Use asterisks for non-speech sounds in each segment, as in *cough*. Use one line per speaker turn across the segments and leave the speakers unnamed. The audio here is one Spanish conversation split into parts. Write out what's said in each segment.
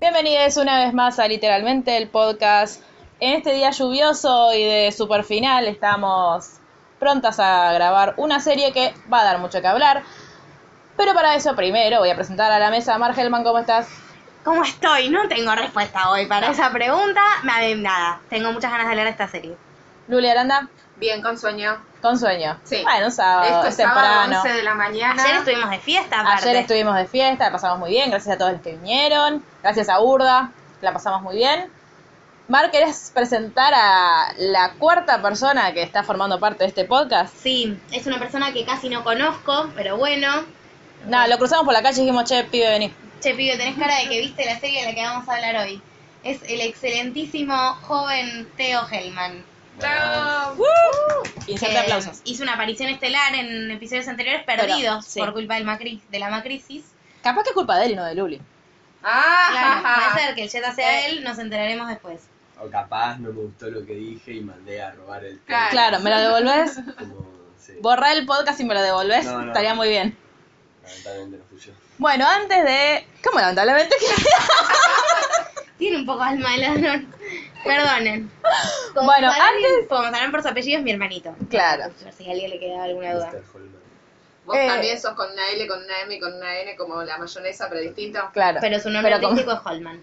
Bienvenidos una vez más a literalmente el podcast. En este día lluvioso y de super final estamos prontas a grabar una serie que va a dar mucho que hablar. Pero para eso primero voy a presentar a la mesa a Margelman, ¿cómo estás?
¿Cómo estoy? No tengo respuesta hoy para esa pregunta. Me nada. Tengo muchas ganas de leer esta serie.
Luli Aranda,
Bien, con sueño.
con sueño.
Sí.
Bueno, sábado,
Esto
es
es sábado,
temprano.
11 de la mañana.
Ayer estuvimos de fiesta, aparte.
Ayer estuvimos de fiesta, la pasamos muy bien, gracias a todos los que vinieron, gracias a Urda, la pasamos muy bien. Mar, ¿querés presentar a la cuarta persona que está formando parte de este podcast?
Sí, es una persona que casi no conozco, pero bueno.
Nada, lo cruzamos por la calle y dijimos, che, pibe, vení.
Che, pibe, tenés cara de que viste la serie de la que vamos a hablar hoy. Es el excelentísimo joven Theo Hellman.
Chao.
Inserte
que
aplausos.
Hizo una aparición estelar en episodios anteriores
Pero,
perdidos
sí.
por culpa del Macri, de la
*laughs*
Macrisis.
Capaz que es culpa de él y no de Luli.
Ah,
Claro,
ja,
puede
ja.
ser que el Jetta
Eh.
sea él, nos enteraremos después.
O capaz no me gustó lo que dije y mandé a robar el
Claro.
tema.
Claro, ¿me lo devolvés?
Como, sí,
Borrá el podcast y me lo devolvés,
No, no.
estaría muy bien.
lamentablemente no fui yo.
Bueno, antes de... ¿Cómo lamentablemente? *laughs*
Tiene un poco alma de ladrón. Perdonen. Como
Bueno,
sabrán-
antes-
Como sabrán por su apellido, es mi hermanito.
Claro.
Por si a alguien le queda alguna duda.
Mr. Holman.
Vos
Eh.
también sos con una L, con una M y con una N como la mayonesa, pero distinto.
Claro.
Pero su nombre
Pero como-
artístico es Holman.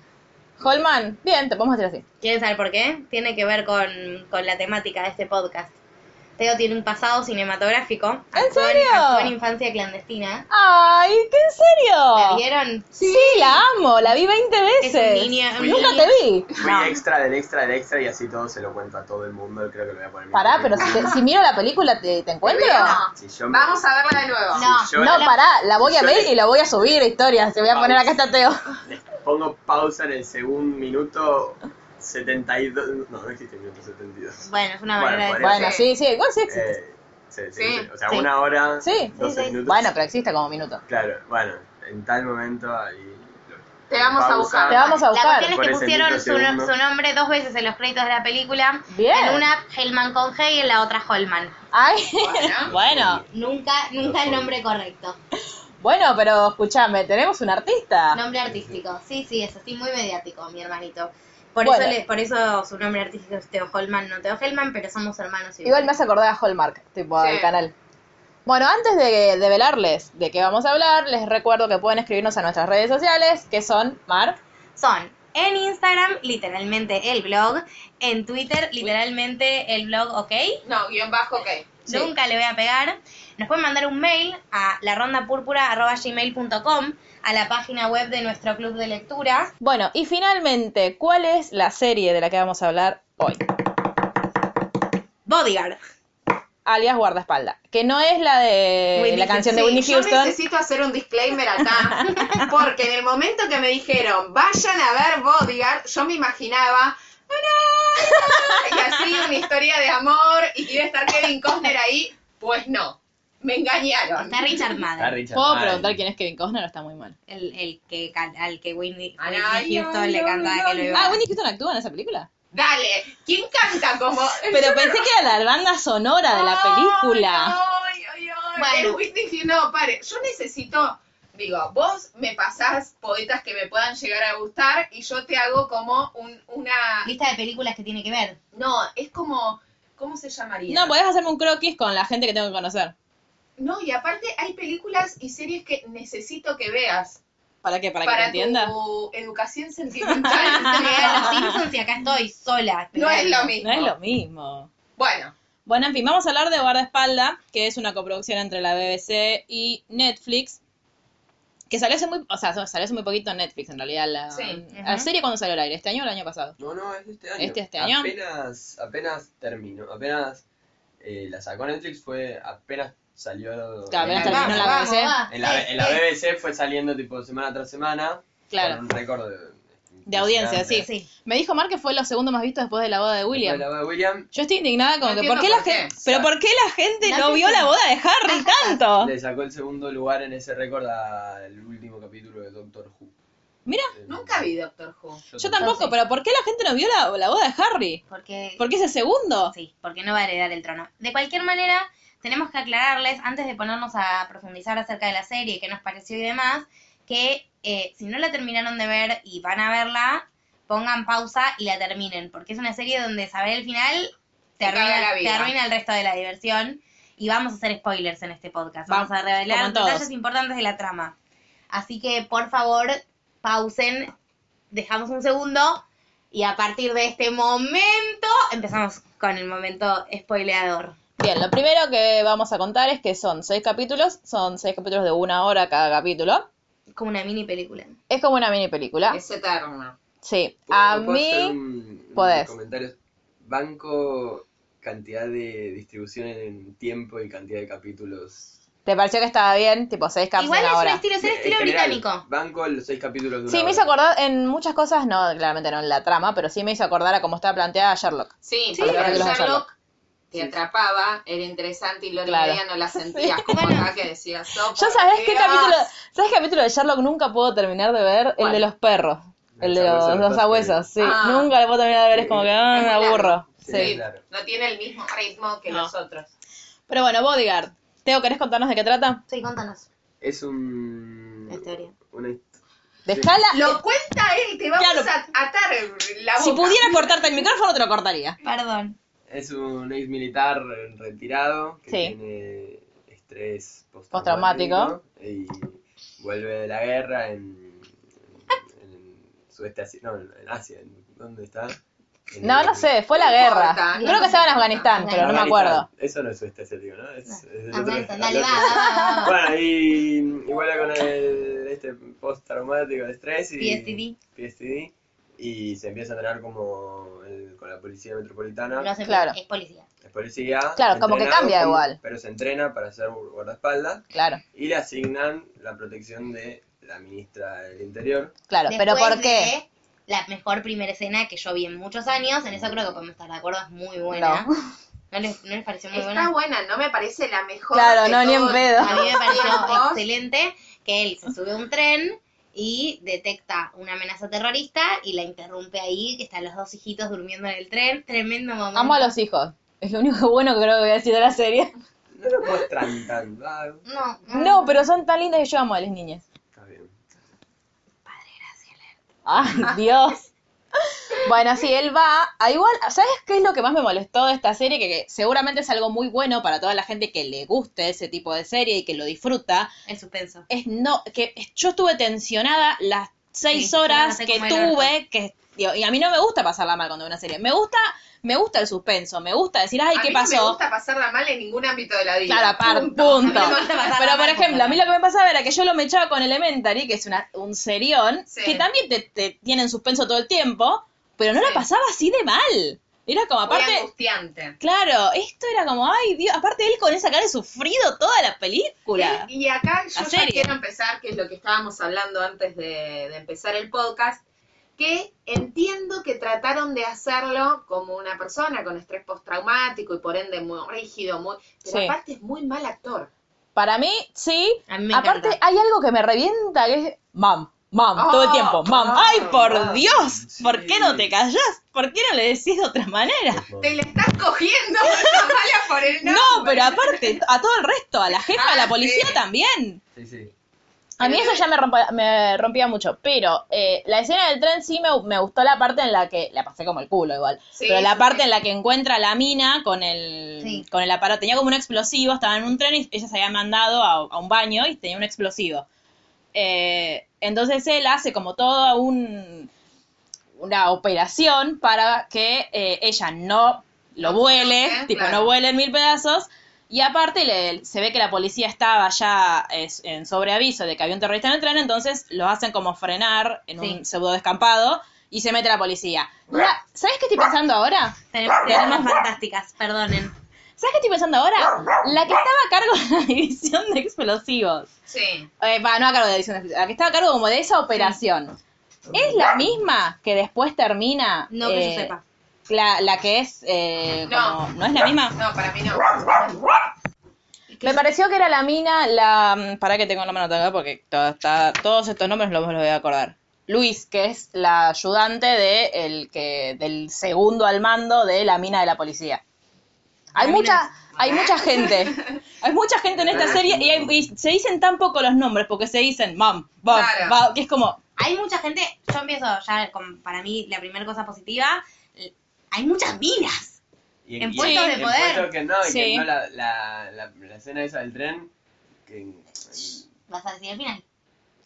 Holman, bien, te podemos decir así.
¿Quieren saber por qué? Tiene que ver con, con la temática de este podcast. Teo tiene un pasado cinematográfico.
¿En
Actuó
serio?
actuó en infancia clandestina.
Ay, ¿qué en
¿La
serio?
vieron?
Sí, la amo, la vi 20
Es un
veces.
niño. un
Nunca
niño-
te vi.
Fui extra del extra del extra y así todo se lo cuento a todo el mundo. Creo que lo voy a poner. en mi
Pará, pero si,
currículum.
te- si miro la película, ¿te, te encuentro?
No.
Si yo me-
Vamos a verla de nuevo.
No.
si yo
No,
le
pará, la voy a
Yo
ver
le-
y la voy a subir a historias. Te voy a poner acá está Teo.
pongo pausa en el segundo minuto 72. No, no existe el minuto 72.
Bueno, es una
Bueno,
manera
por
de...
eso.
Bueno, sí, sí, igual sí existe.
Eh, sí, sí,
Sí.
sí. O sea,
Sí.
una hora,
Sí.
12
Sí, sí.
minutos.
Bueno, pero existe como minuto.
Claro, bueno, en tal momento ahí. lo-
Te vamos a
pausa.
buscar.
Te vamos a
La
buscar.
cuestión es
Por
que
ese
pusieron su,
microsegundo.
su nombre dos veces en los créditos de la película.
Bien.
En una Hellman con G y en la otra Holman.
Ay,
Bueno.
*laughs* bueno,
Nunca, nunca el nombre correcto.
bueno, pero escúchame, tenemos un artista.
Nombre artístico, Ah, sí, sí, es así, muy mediático, mi hermanito. Por,
Bueno.
eso, le- por eso su nombre artístico es Teo Holman, no Teo Hellman, pero somos hermanos. igual.
Igual me hace acordar a Hallmark, tipo
Sí.
al canal. Bueno, antes de, de velarles de qué vamos a hablar, les recuerdo que pueden escribirnos a nuestras redes sociales, que son Mar.
Son en Instagram, literalmente el blog, en Twitter, literalmente el blog, ok.
No, guión bajo, ok.
Sí.
Nunca le voy a pegar. Nos pueden mandar un mail a larondapúrpura.gmail.com, a la página web de nuestro club de lectura.
Bueno, y finalmente, ¿cuál es la serie de la que vamos a hablar hoy?
Bodyguard.
Alias Guardaespalda, que no es la de
Whitney
la canción de
Sí,
Winnie
Yo
Houston.
necesito hacer un disclaimer
*laughs*
acá, porque en el momento que me dijeron, vayan a ver Bodyguard, yo me imaginaba, "Hola", y así una historia de amor, y que iba a estar Kevin Costner ahí, pues no, me engañaron.
Está Richard Madden.
Está Richard
¿Puedo
Madden.
preguntar quién es Kevin Costner o está muy mal?
El, el que, can- al que Whitney,
Ay,
Whitney
ay,
Houston
ay,
le
ay,
cantaba que lo iba
Ah,
a-
Winnie Houston actúa en esa película.
Dale, ¿quién canta como...?
*laughs* Pero pensé que era la banda sonora de la
Ah,
película.
Ay, ay, ay,
Bueno.
el Whitney Houston, no, pare, yo necesito... Digo, vos me pasás poetas que me puedan llegar a gustar y yo te hago como un- una...
Lista de películas que tiene que ver.
No, es como... ¿Cómo se llamaría?
No, podés hacerme un croquis con la gente que tengo que conocer.
No, y aparte hay películas y series que necesito que veas
¿Para qué? ¿Para,
para,
que te entienda?
tu educación sentimental.
Llegué a los
*laughs*
real.
Simpsons y acá estoy sola.
no es lo
esperando.
mismo.
No es lo mismo.
Bueno,
Bueno, en fin, vamos a hablar de Guardaespalda, que es una coproducción entre la BBC y Netflix, que salió hace muy, o sea, salió hace muy poquito en Netflix, en realidad. La,
Sí,
la serie cuando salió al aire, ¿este año o el año pasado?
No, no, es este año.
¿Este este año?
Apenas, apenas terminó, apenas eh, la sacó Netflix, fue apenas salió...
Claro, apenas
en la-
terminó la
vamos,
BBC.
va.
En la, en la
Eh,
BBC fue saliendo tipo semana tras semana.
Claro.
Con un récord de,
De audiencia, sí.
Eh, Sí.
Me dijo Mar que fue lo segundo más visto después de la boda de William.
Después de la boda de William.
Yo estoy indignada con
No
que, ¿por qué
entiendo
la
por
gente,
qué.
pero por qué la gente
La
no vio
gente-
la boda de Harry tanto?
Le sacó el segundo lugar en ese récord al último capítulo de Doctor Who.
Mira.
Eh,
Nunca vi Doctor Who.
Yo tampoco,
Sí.
pero ¿por qué la gente no vio la, la boda de Harry?
Porque,
¿Por qué es el segundo?
sí, porque no va a heredar el trono. De cualquier manera, tenemos que aclararles, antes de ponernos a profundizar acerca de la serie, qué nos pareció y demás, que eh, si no la terminaron de ver y van a verla, pongan pausa y la terminen, porque es una serie donde saber el final te
Te caga
arruina,
la
te
vida.
arruina el resto de la diversión. Y vamos a hacer spoilers en este podcast.
Va-
Vamos, a
como
revelar
en todos.
detalles importantes de la trama. Así que, por favor, pausen, dejamos un segundo y a partir de este momento empezamos con el momento spoileador.
Bien, lo primero que vamos a contar es que son seis capítulos, son seis capítulos de una hora cada capítulo.
Es como una mini película.
Es como una mini película.
Es eterno.
Sí,
¿puedo-
a
puedo hacer
mí
un- un
podés.
comentario? Banco cantidad de distribución en tiempo y cantidad de capítulos.
te pareció que estaba bien, tipo seis capítulos
Igual es un
ahora.
estilo, es un
En
estilo
Eh, general,
británico.
Banco los seis capítulos de una
Sí, me
hora.
hizo acordar en muchas cosas, no, claramente no en la trama, pero sí me hizo acordar a cómo estaba planteada Sherlock.
Sí,
Sí,
porque
porque los
Sherlock,
Sherlock.
te atrapaba, era interesante y Lore
Claro.
Media no la sentías como acá que decías, "Oh,
Yo
por
sabés qué
Dios".
capítulo, ¿sabés qué capítulo de Sherlock nunca puedo terminar de ver? El
¿Cuál?
de los perros. El de los dos sabuesos, sí.
Ah.
Nunca lo puedo terminar de ver, es como que ah,
Es
me
muy largo.
aburro.
Sí,
Sí,
claro.
no tiene el mismo ritmo que
No.
los otros.
Pero bueno, Bodyguard. Teo, ¿querés contarnos de qué trata?
Sí, contanos.
Es un.
La historia.
una hist-
De
Sí.
escala.
Lo cuenta él, te vamos
Claro.
a atar la boca.
Si pudiera cortarte el micrófono, te lo cortaría.
Perdón.
Es un ex militar retirado que
Sí.
tiene estrés
Postraumático.
postraumático y vuelve de la guerra en, en, sudeste Asi- no, en Asia, en- ¿dónde está? En
No,
el-
no sé, fue la
No
guerra.
importa, no
Creo que estaba en Afganistán, pero no me
Afganistán.
acuerdo.
Eso no es sudeste asiático, ¿no? Es, es del otro-
Afganistán,
*laughs* al
dale,
otro.
va, va, va, va.
Bueno, y, y vuelve con el, este postraumático de estrés y PSTD y se empieza a entrenar como el- con la policía metropolitana.
No sé,
Claro.
es policía.
Es policía.
Claro, como que
entrenado
cambia
como-
igual.
Pero se entrena para ser guardaespaldas
Claro,
y le asignan la protección de la ministra del Interior.
claro. pero
Después
¿por qué?
de La mejor primera escena que yo vi en muchos años, en eso creo que podemos estar de acuerdo, es muy buena. ¿No, les, no les pareció muy
Está
buena?
buena, no me parece la mejor.
Claro,
de
no, ni en
todos
pedo.
A mí
*laughs*
me pareció
tiempos.
excelente que él se sube a un tren y detecta una amenaza terrorista y la interrumpe ahí, que están los dos hijitos durmiendo en el tren. Tremendo momento.
Amo a los hijos. Es lo único *laughs* bueno que creo que voy a decir de la serie.
No lo muestran tanto. Ah,
No,
No, pero son tan lindas que yo amo a las niñas.
está bien.
Ay, Dios. Bueno, sí, él va. A igual, ¿sabes qué es lo que más me molestó de esta serie? Que, que seguramente es algo muy bueno para toda la gente que le guste ese tipo de serie y que lo disfruta.
El suspenso.
Es no, que es- yo estuve tensionada las seis
Sí, yo no
horas
sé
que
cómo era
tuve, que digo, y a mí no me gusta pasarla mal cuando veo una serie. Me gusta, me gusta el suspenso, me gusta decir, ay,
A
¿qué
mí
pasó?
No me gusta pasarla mal en ningún ámbito de la vida.
Claro, aparte, punto.
*laughs*
A mí me gusta pasar
Pero
la
por
mano,
ejemplo, a mí
pero-
lo que me pasaba era que yo lo mechaba con Elementary, que es una, un serión,
Sí.
que también te, te tiene en suspenso todo el tiempo, pero no la
Sí.
pasaba así de mal. Era como,
Muy
aparte,
angustiante.
claro, esto era como, ay Dios, aparte él con esa cara de sufrido toda la película.
Y, y acá yo
La
ya
serie.
quiero empezar, que es lo que estábamos hablando antes de, de empezar el podcast, que entiendo que trataron de hacerlo como una persona con estrés postraumático y por ende muy rígido, muy, pero
Sí.
aparte es muy mal actor.
Para mí, sí.
A mí me
aparte,
encanta.
hay algo que me revienta, que es, mam, mam,
Oh,
todo el tiempo, mam.
mam,
ay, por
mam,
Dios, ¿por
sí.
qué no te callás? ¿Por qué no le decís de otra manera?
Te le estás cogiendo *laughs* esa mala por el
No,
nombre.
pero aparte, a todo el resto, a la jefa, a
Ah,
la policía
sí.
también.
Sí, sí.
A mí eso ya me rompía, me rompía mucho, pero eh, la escena del tren sí me, me gustó la parte en la que, la pasé como el culo igual,
Sí,
pero la
sí,
parte
sí.
en la que encuentra la mina con el,
Sí.
con el aparato, tenía como un explosivo, estaba en un tren y ella se había mandado a, a un baño y tenía un explosivo. Eh, entonces él hace como toda un, una operación para que eh, ella no lo vuele,
Ok,
tipo,
claro.
no vuele en mil pedazos. Y aparte le- se ve que la policía estaba ya es- en sobreaviso de que había un terrorista en el tren, entonces los hacen como frenar en
Sí.
un pseudo descampado y se mete la policía. La- ¿Sabes qué estoy pensando ahora?
Tenemos, tenemos fantásticas, perdonen.
¿Sabes qué estoy pensando ahora? La que estaba a cargo de la *laughs* división de explosivos.
Sí.
Eh, va, no a cargo de la división de explosivos. La que estaba a cargo como de esa operación. ¿Es la misma que después termina?
No que
eh,
yo sepa.
La, la que es. eh,
No.
como- ¿No es la misma?
No, para mí no.
Me pareció que era la mina, la. Para que tengo la mano acá porque todo está- todos estos nombres los, los voy a acordar. Luis, que es la ayudante de el que, del segundo al mando de la mina de la policía. Hay
La mina
mucha, hay mucha gente.
*laughs*
Hay mucha gente en esta serie y, hay- y se dicen tan poco los nombres porque se dicen mam, bam,
Claro.
bam, que es como.
Hay mucha gente, yo empiezo ya con, para mí, la primera cosa positiva, l- hay muchas minas.
Y
En
y-
puestos de
en
poder.
puestos que no, y que
Sí.
no la, la, la, la escena esa del tren. Que,
Vas a decir al final.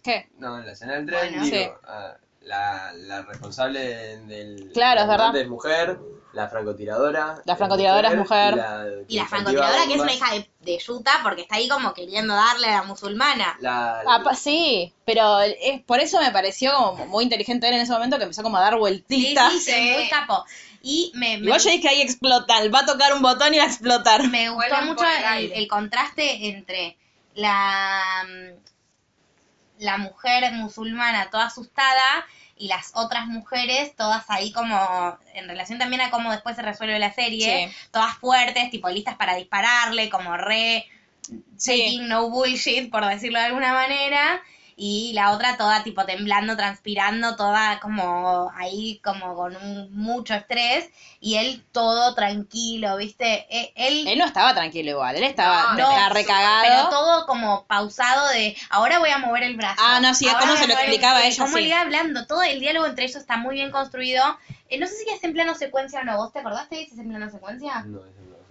¿Qué?
no, la escena del tren,
Bueno.
digo,
Sí.
ah, la, la responsable de- del.
Claro, es
del
verdad.
bote es mujer, la francotiradora.
La francotiradora es mujer.
Y la francotiradora, que es una hija de, de Yuta, porque está ahí como queriendo darle a la musulmana.
La,
Ah, pa- sí, pero es, por eso me pareció como muy inteligente él en ese momento que empezó como a dar
Sí,
vueltitas.
sí, sí, muy capo. Y me, me,
Igual yo dije que ahí explotan, va a tocar un botón y va a explotar.
me gustó
Vuelan
mucho
por el
el,
aire.
el contraste entre la, mm, la mujer musulmana toda asustada y las otras mujeres todas ahí como en relación también a cómo después se resuelve la serie, todas fuertes, tipo listas para dispararle, como re
Sí,
taking no bullshit, por decirlo de alguna manera, y la otra toda tipo temblando, transpirando, toda como ahí como con un- mucho estrés, y él todo tranquilo, ¿viste? Eh, Él,
él no estaba tranquilo igual, él estaba
No,
estaba
no, pero
recagado.
todo como pausado de, ahora voy a mover el brazo.
Ah, no, sí, es
ahora
como
voy
se lo
a mover el-
explicaba
sí,
ella,
Cómo
sí.
le iba hablando, todo el diálogo entre ellos está muy bien construido. Eh, no sé si es en plano secuencia o no, ¿vos te acordaste de si es en plano secuencia?
No, esa no es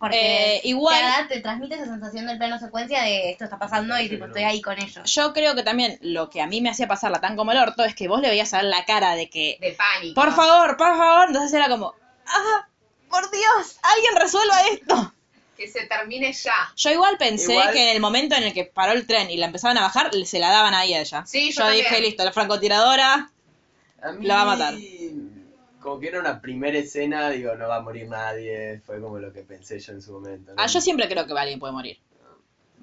Porque...
Eh, igual,
Cada te transmite esa sensación del plano secuencia de esto está pasando y tipo, estoy ahí con ellos.
yo creo que también lo que a mí me hacía pasarla tan como el orto es que vos le veías a él la cara de que,
De pánico.
por favor, por favor, entonces era como, ah, por Dios, alguien resuelva esto.
Que se termine ya.
Yo igual pensé
Igual-
que en el momento en el que paró el tren y la empezaban a bajar, se la daban ahí a ella.
Sí, yo
yo dije,
también.
listo, la francotiradora.
A mí,
La va a matar.
Como que era una primera escena, digo, no va a morir nadie. Fue como lo que pensé yo en su momento. ¿no?
Ah, yo siempre creo que alguien puede morir.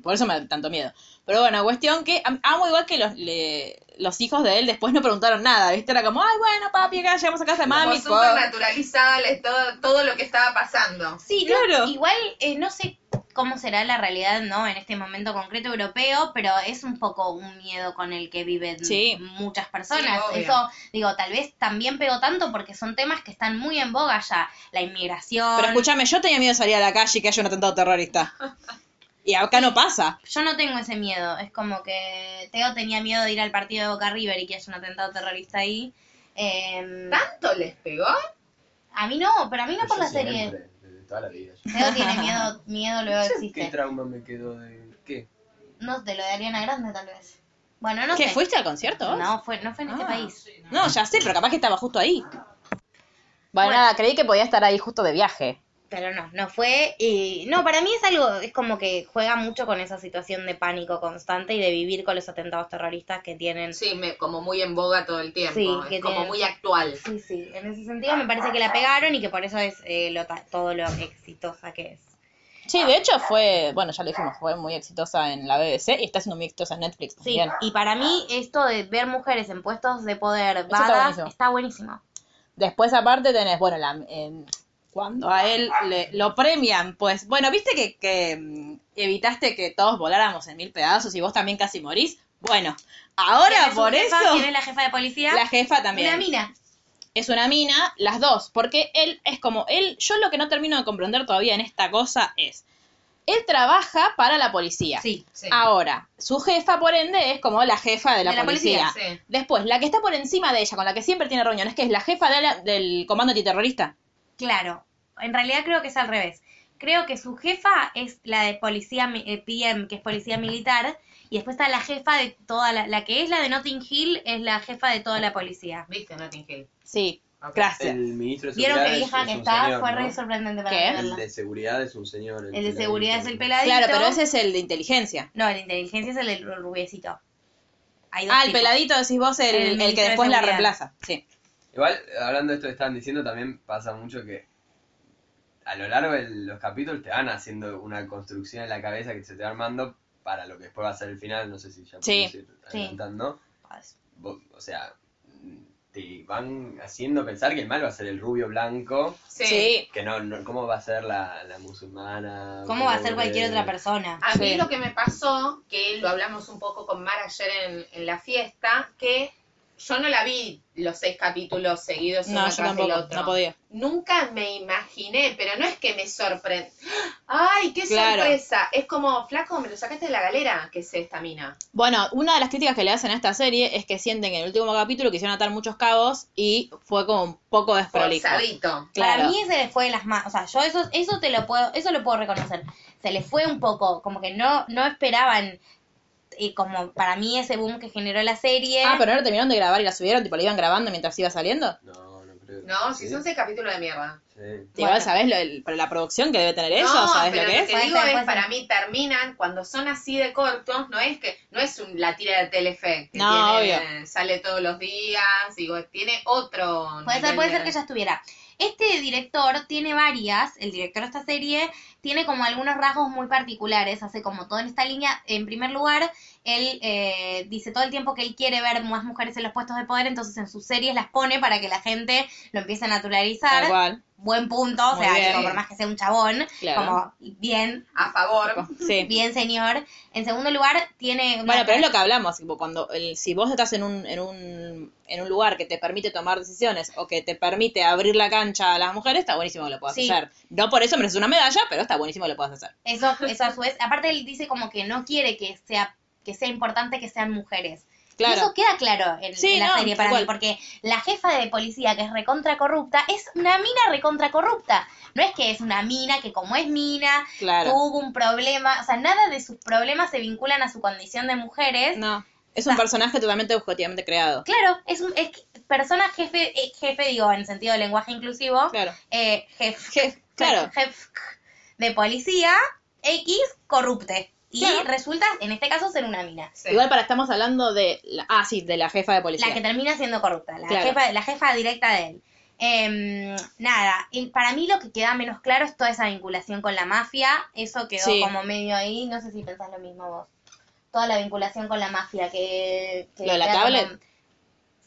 Por eso me da tanto miedo. Pero bueno, cuestión que am- amo igual que los, le- los hijos de él después no preguntaron nada, ¿viste? Era como, ay, bueno, papi, acá llegamos a casa de
Como
mami. po-
súper naturalizada la- todo, todo lo que estaba pasando.
Sí, no,
Claro.
igual eh, no sé cómo será la realidad no en este momento concreto europeo, pero es un poco un miedo con el que viven
Sí.
muchas personas.
Sí, obvio.
Eso, digo, tal vez también pegó tanto porque son temas que están muy en boga ya. La inmigración.
Pero escúchame, yo tenía miedo de salir a la calle y que haya un atentado terrorista. Y acá no pasa.
Yo no tengo ese miedo. Es como que Teo tenía miedo de ir al partido de Boca River y que haya un atentado terrorista ahí. Em,
¿Ah?
¿Tanto les pegó?
a mí no, pero a mí no
Pero
por
yo
la serie.
siempre, Desde toda la vida. yo.
Teo tiene miedo, miedo
*laughs*
luego existe.
¿Qué trauma me quedó de qué?
No, de lo de Ariana Grande, tal vez. Bueno, no
¿Qué,
sé.
fuiste al concierto? vos?
No, fue, no fue en este
Ah.
país.
No, ya sé, pero capaz que estaba justo ahí. Bueno,
Bueno.
nada, creí que podía estar ahí justo de viaje.
Pero no, no fue. Y no, para mí es algo, es como que juega mucho con esa situación de pánico constante y de vivir con los atentados terroristas que tienen.
Sí, me, como muy en boga todo el tiempo.
Sí,
es
que
como
tienen-
muy actual.
Sí, sí, en ese sentido me parece que la pegaron y que por eso es eh, lo ta- todo lo exitosa que es.
Sí, de hecho fue, bueno, ya lo dijimos, fue muy exitosa en la BBC y está siendo muy exitosa en Netflix
Sí,
también.
y para mí esto de ver mujeres en puestos de poder
está
badass
buenísimo.
está buenísimo.
Después aparte tenés, bueno, la, en- cuando a él le- lo premian, pues, bueno, viste que, que, mm, evitaste que todos voláramos en mil pedazos y vos también casi morís. Bueno,
¿Quién
ahora
es su
por
jefa?
eso
¿Quién es la jefa de policía?
la jefa también
Una mina.
es una mina, las dos, porque él es como él, yo lo que no termino de comprender todavía en esta cosa es, él trabaja para la policía.
Sí.
Sí.
Ah, Ahora, su jefa, por ende, es como la jefa de la,
De la
policía.
policía,
sí.
Después, la que está por encima de ella, con la que siempre tiene reuniones, que es la jefa de la- del comando antiterrorista.
Claro, en realidad creo que es al revés. Creo que su jefa es la de policía mi- eh, PM, que es policía militar, y después está la jefa de toda la, la que es la de Notting Hill, es la jefa de toda la policía.
¿Viste, Notting Hill?
Sí, Gracias.
El ministro de
Vieron
seguridad
que
es-
vieja
es
que
un
está,
señor,
fue
¿no?
re sorprendente para
¿Qué?
El
verla.
de seguridad es un señor.
El de seguridad es el
peladito.
peladito.
Claro, pero ese es el de inteligencia.
No, el de inteligencia es el del rubiecito. Hay dos
Ah, el
tipos.
peladito decís vos, el,
El
el
ministro
que
de
después la
seguridad.
reemplaza. Sí.
Igual, hablando de esto que estaban diciendo, también pasa mucho que a lo largo de los capítulos te van haciendo una construcción en la cabeza que se te va armando para lo que después va a ser el final, no sé si ya
Sí,
podemos ir adelantando. Vos- O sea, te van haciendo pensar que el mal va a ser el rubio blanco,
Sí.
que no, no- ¿cómo va a ser la, la musulmana?
¿Cómo va a ser
pobre?
cualquier otra persona?
A mí
Sí.
lo que me pasó, que lo hablamos un poco con Mar ayer en, en la fiesta, que yo no la vi los seis capítulos seguidos uno
No, yo
tras el
tampoco,
otro.
no podía.
Nunca me imaginé, pero no es que me sorprende. ¡Ay, qué
Claro.
sorpresa! Es como, flaco, me lo sacaste de la galera, que es esta mina.
Bueno, una de las críticas que le hacen a esta serie es que sienten que en el último capítulo quisieron atar muchos cabos y fue como un poco desprolijo.
Forzadito.
Para
Claro.
mí se le fue de las manos, o sea, yo eso, eso te lo puedo, eso lo puedo reconocer. Se le fue un poco, como que no, no esperaban, y como para mí ese boom que generó la serie.
Ah, pero no lo terminaron de grabar y la subieron, tipo, la iban grabando mientras iba saliendo.
No, no creo.
No, si
¿Sí?
son seis capítulos de mierda.
Sí.
Igual sabés lo, el- para la producción que debe tener eso,
no,
¿sabés
pero
lo que es?
que
Puede
digo
ser,
es,
puede
para
ser.
mí terminan, cuando son así de cortos, no es que, no es un- la tira de Telefe, que
No,
tiene- sale todos los días, digo, tiene otro
Puede ser,
nivel
puede
de-
ser que ya estuviera. Este director tiene varias, el director de esta serie tiene como algunos rasgos muy particulares, hace como todo en esta línea. En primer lugar, él eh, dice todo el tiempo que él quiere ver más mujeres en los puestos de poder, entonces en sus series las pone para que la gente lo empiece a
Tal
naturalizar.
cual,
Buen punto, o
Muy
sea,
bien.
tipo, por más que sea un chabón,
claro.
como bien,
a favor.
Sí.
bien señor. En segundo lugar, tiene... una-
Bueno, pero es lo que hablamos, tipo, cuando el- si vos estás en un, en, un, en un lugar que te permite tomar decisiones o que te permite abrir la cancha a las mujeres, está buenísimo que lo puedas
Sí.
hacer. No por eso mereces una medalla, pero está buenísimo que lo puedas hacer.
Eso,
*laughs*
eso a su vez. Aparte él dice como que no quiere que sea que sea importante que sean mujeres.
Claro.
Y eso queda claro en,
Sí,
en la
no,
serie para
igual.
mí, porque la jefa de policía que es recontra corrupta es una mina recontra corrupta. No es que es una mina que como es mina
Claro.
tuvo un problema, o sea, nada de sus problemas se vinculan a su condición de mujeres.
No. Es
Ah.
un personaje totalmente objetivamente creado.
Claro, es, un- es que- persona jefe, eh, jefe digo en sentido de lenguaje inclusivo,
Claro.
eh, jef-
Je- claro.
jef de policía X corrupte. Y
Claro.
resulta, en este caso, ser una mina.
Sí.
Igual para estamos hablando de la, ah sí, de la jefa de policía.
La que termina siendo corrupta, la,
Claro.
jefa, la jefa directa de él. Em, nada, y para mí lo que queda menos claro es toda esa vinculación con la mafia. Eso quedó
Sí.
como medio ahí. No sé si pensás lo mismo vos. Toda la vinculación con la mafia que. que
¿Lo de la
queda como-
tablet?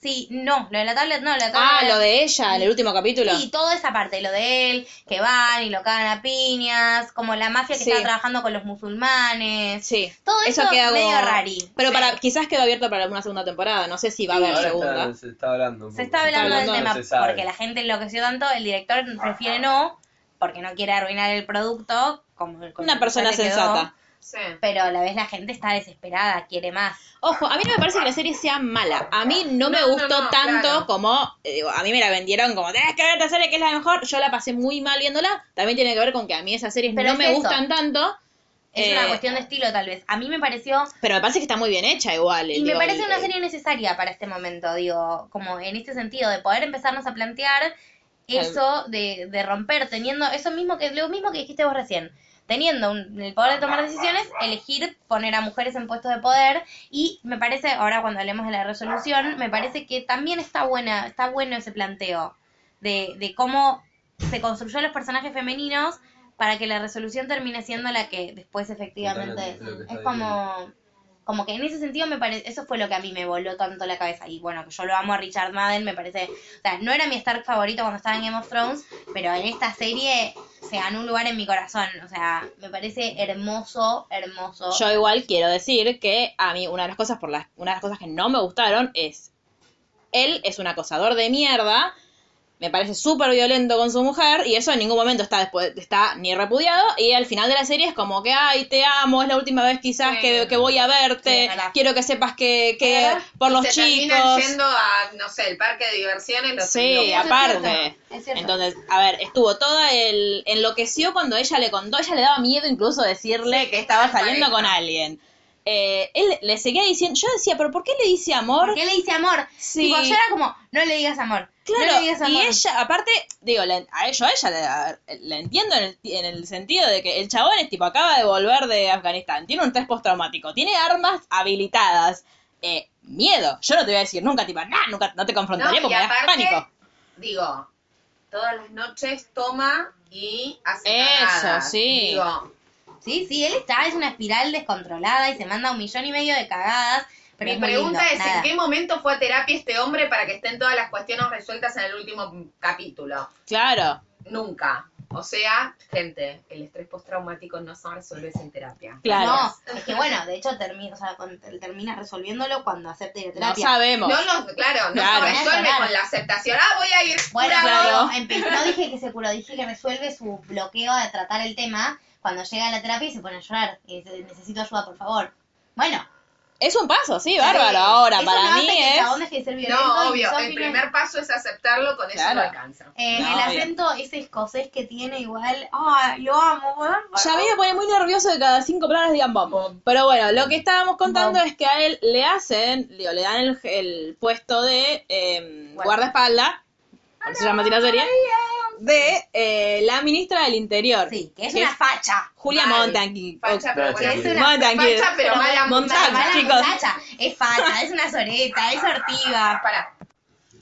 Sí, no, lo de la tablet no, lo de la
ah,
tablet-
lo de ella en el último capítulo.
Sí, toda esa parte, lo de él, que van y lo cagan a piñas, como la mafia que
Sí.
está trabajando con los musulmanes.
Sí.
Todo eso,
queda
medio
como-
rari.
Pero
Sí.
para quizás quedó abierto para alguna segunda temporada. No sé si va a haber
Ahora
segunda.
está- se está hablando. un
Se
poco.
está hablando del
hablando,
tema
No se sabe.
porque la gente enloqueció tanto, el director prefiere no, porque no quiere arruinar el producto. Como, como
Una persona
quedó,
sensata.
Sí.
pero a la vez la gente está desesperada, quiere más.
Ojo, a mí no me parece que la serie sea mala. A mí no, me
No, no,
gustó
no,
tanto
claro.
como. eh, digo, a mí me la vendieron como. Tenés que ver esta serie que es la mejor. Yo la pasé muy mal viéndola. También tiene que ver con que a mí esas series
Pero
no
es
me
eso.
gustan tanto.
Es
Eh,
una cuestión de estilo, tal vez. A mí me pareció
Pero me parece que está muy bien hecha igual. eh,
Y me
digo,
parece
el-
una
el-
serie necesaria para este momento, digo, como en este sentido, de poder empezarnos a plantear eso de, de romper, teniendo eso mismo que lo mismo que dijiste vos recién, teniendo un- el poder de tomar decisiones, elegir poner a mujeres en puestos de poder y me parece, ahora cuando hablemos de la resolución, me parece que también está buena, está bueno ese planteo de, de cómo se construyó los personajes femeninos para que la resolución termine siendo la que después efectivamente
Totalmente, lo que está
es como como que en ese sentido me parece eso fue lo que a mí me voló tanto la cabeza y bueno que yo lo amo a Richard Madden me parece o sea no era mi Stark favorito cuando estaba en Game of Thrones pero en esta serie se ganó un lugar en mi corazón o sea me parece hermoso hermoso
Yo igual quiero decir que a mí una de las cosas por las una de las cosas que no me gustaron es él es un acosador de mierda, me parece súper violento con su mujer y eso en ningún momento está después está ni repudiado y al final de la serie es como que ay te amo es la última vez quizás
Sí.
que, que voy a
Sí,
verte
es verdad.
quiero que sepas que, que
¿Verdad?
por
Y
los
se terminan
chicos
yendo a, no sé, el parque de diversiones. Los
Sí,
los-
aparte.
es cierto.
Entonces, a ver, estuvo toda el... Enloqueció cuando ella le contó, ella le daba miedo incluso decirle que estaba
estaba en
saliendo
pareja.
con alguien. Eh, él le seguía diciendo, yo decía, pero ¿por qué le dice amor?
¿Por qué le dice amor
Sí.
Tipo, yo era como no le digas amor No le
Claro,
digas a
y
Mono.
ella, aparte, digo, la- a ello, a ella la, la entiendo en el, en el sentido de que el chabón es tipo, acaba de volver de Afganistán, tiene un test postraumático, tiene armas habilitadas, eh, miedo. Yo no te voy a decir nunca, tipo, nah, nunca, no te confrontaría
No, y
porque me das
aparte,
pánico.
Digo, todas las noches toma y hace
Eso,
cagadas.
sí.
Digo,
Sí, sí, él está, es una espiral descontrolada y se manda un millón y medio de cagadas. Pero
mi
es muy
pregunta
lindo,
es,
nada.
¿en qué momento fue a terapia este hombre para que estén todas las cuestiones resueltas en el último capítulo?
Claro,
Nunca. O sea, gente, el estrés postraumático no se resuelve sin terapia.
claro. No,
No, es que bueno, de hecho termina, o sea, con- termina resolviéndolo cuando acepta ir a terapia.
No,
sabemos.
no, claro, no
Claro.
se resuelve
Claro.
con la aceptación. Ah, voy a ir.
Bueno,
curado.
Claro.
pero empe- no dije que se curó, dije que resuelve su bloqueo de tratar el tema cuando llega a la terapia y se pone a llorar. Y dice, necesito ayuda, por favor. Bueno.
Es un paso, sí, bárbaro.
sí,
Ahora,
eso
para
no
mí
hace que el
es...
chabón deje de ser violento y
No, obvio, el
misógino.
primer paso es aceptarlo, con eso
Claro.
no alcanza.
Eh,
No,
el
obvio.
acento ese escocés que tiene igual, ¡ay, lo amo! bárbaro.
Ya a mí me pone muy nervioso de cada cinco palabras digan bombo. Pero bueno, lo que estábamos contando es que a él le hacen, digo, le dan el, el puesto de eh,
Guarda.
guardaespaldas, como se llama así la serie, de eh, la ministra del Interior.
Sí, que es
Que
una
es-
facha.
Julia
Mal.
Montanqui.
Facha, pero
Oh,
bueno,
es
sí.
una
Montanqui.
facha, pero mala
Montan,
Mala
chicos.
muchacha. Es facha, es una soreta, es ortiva.
Para.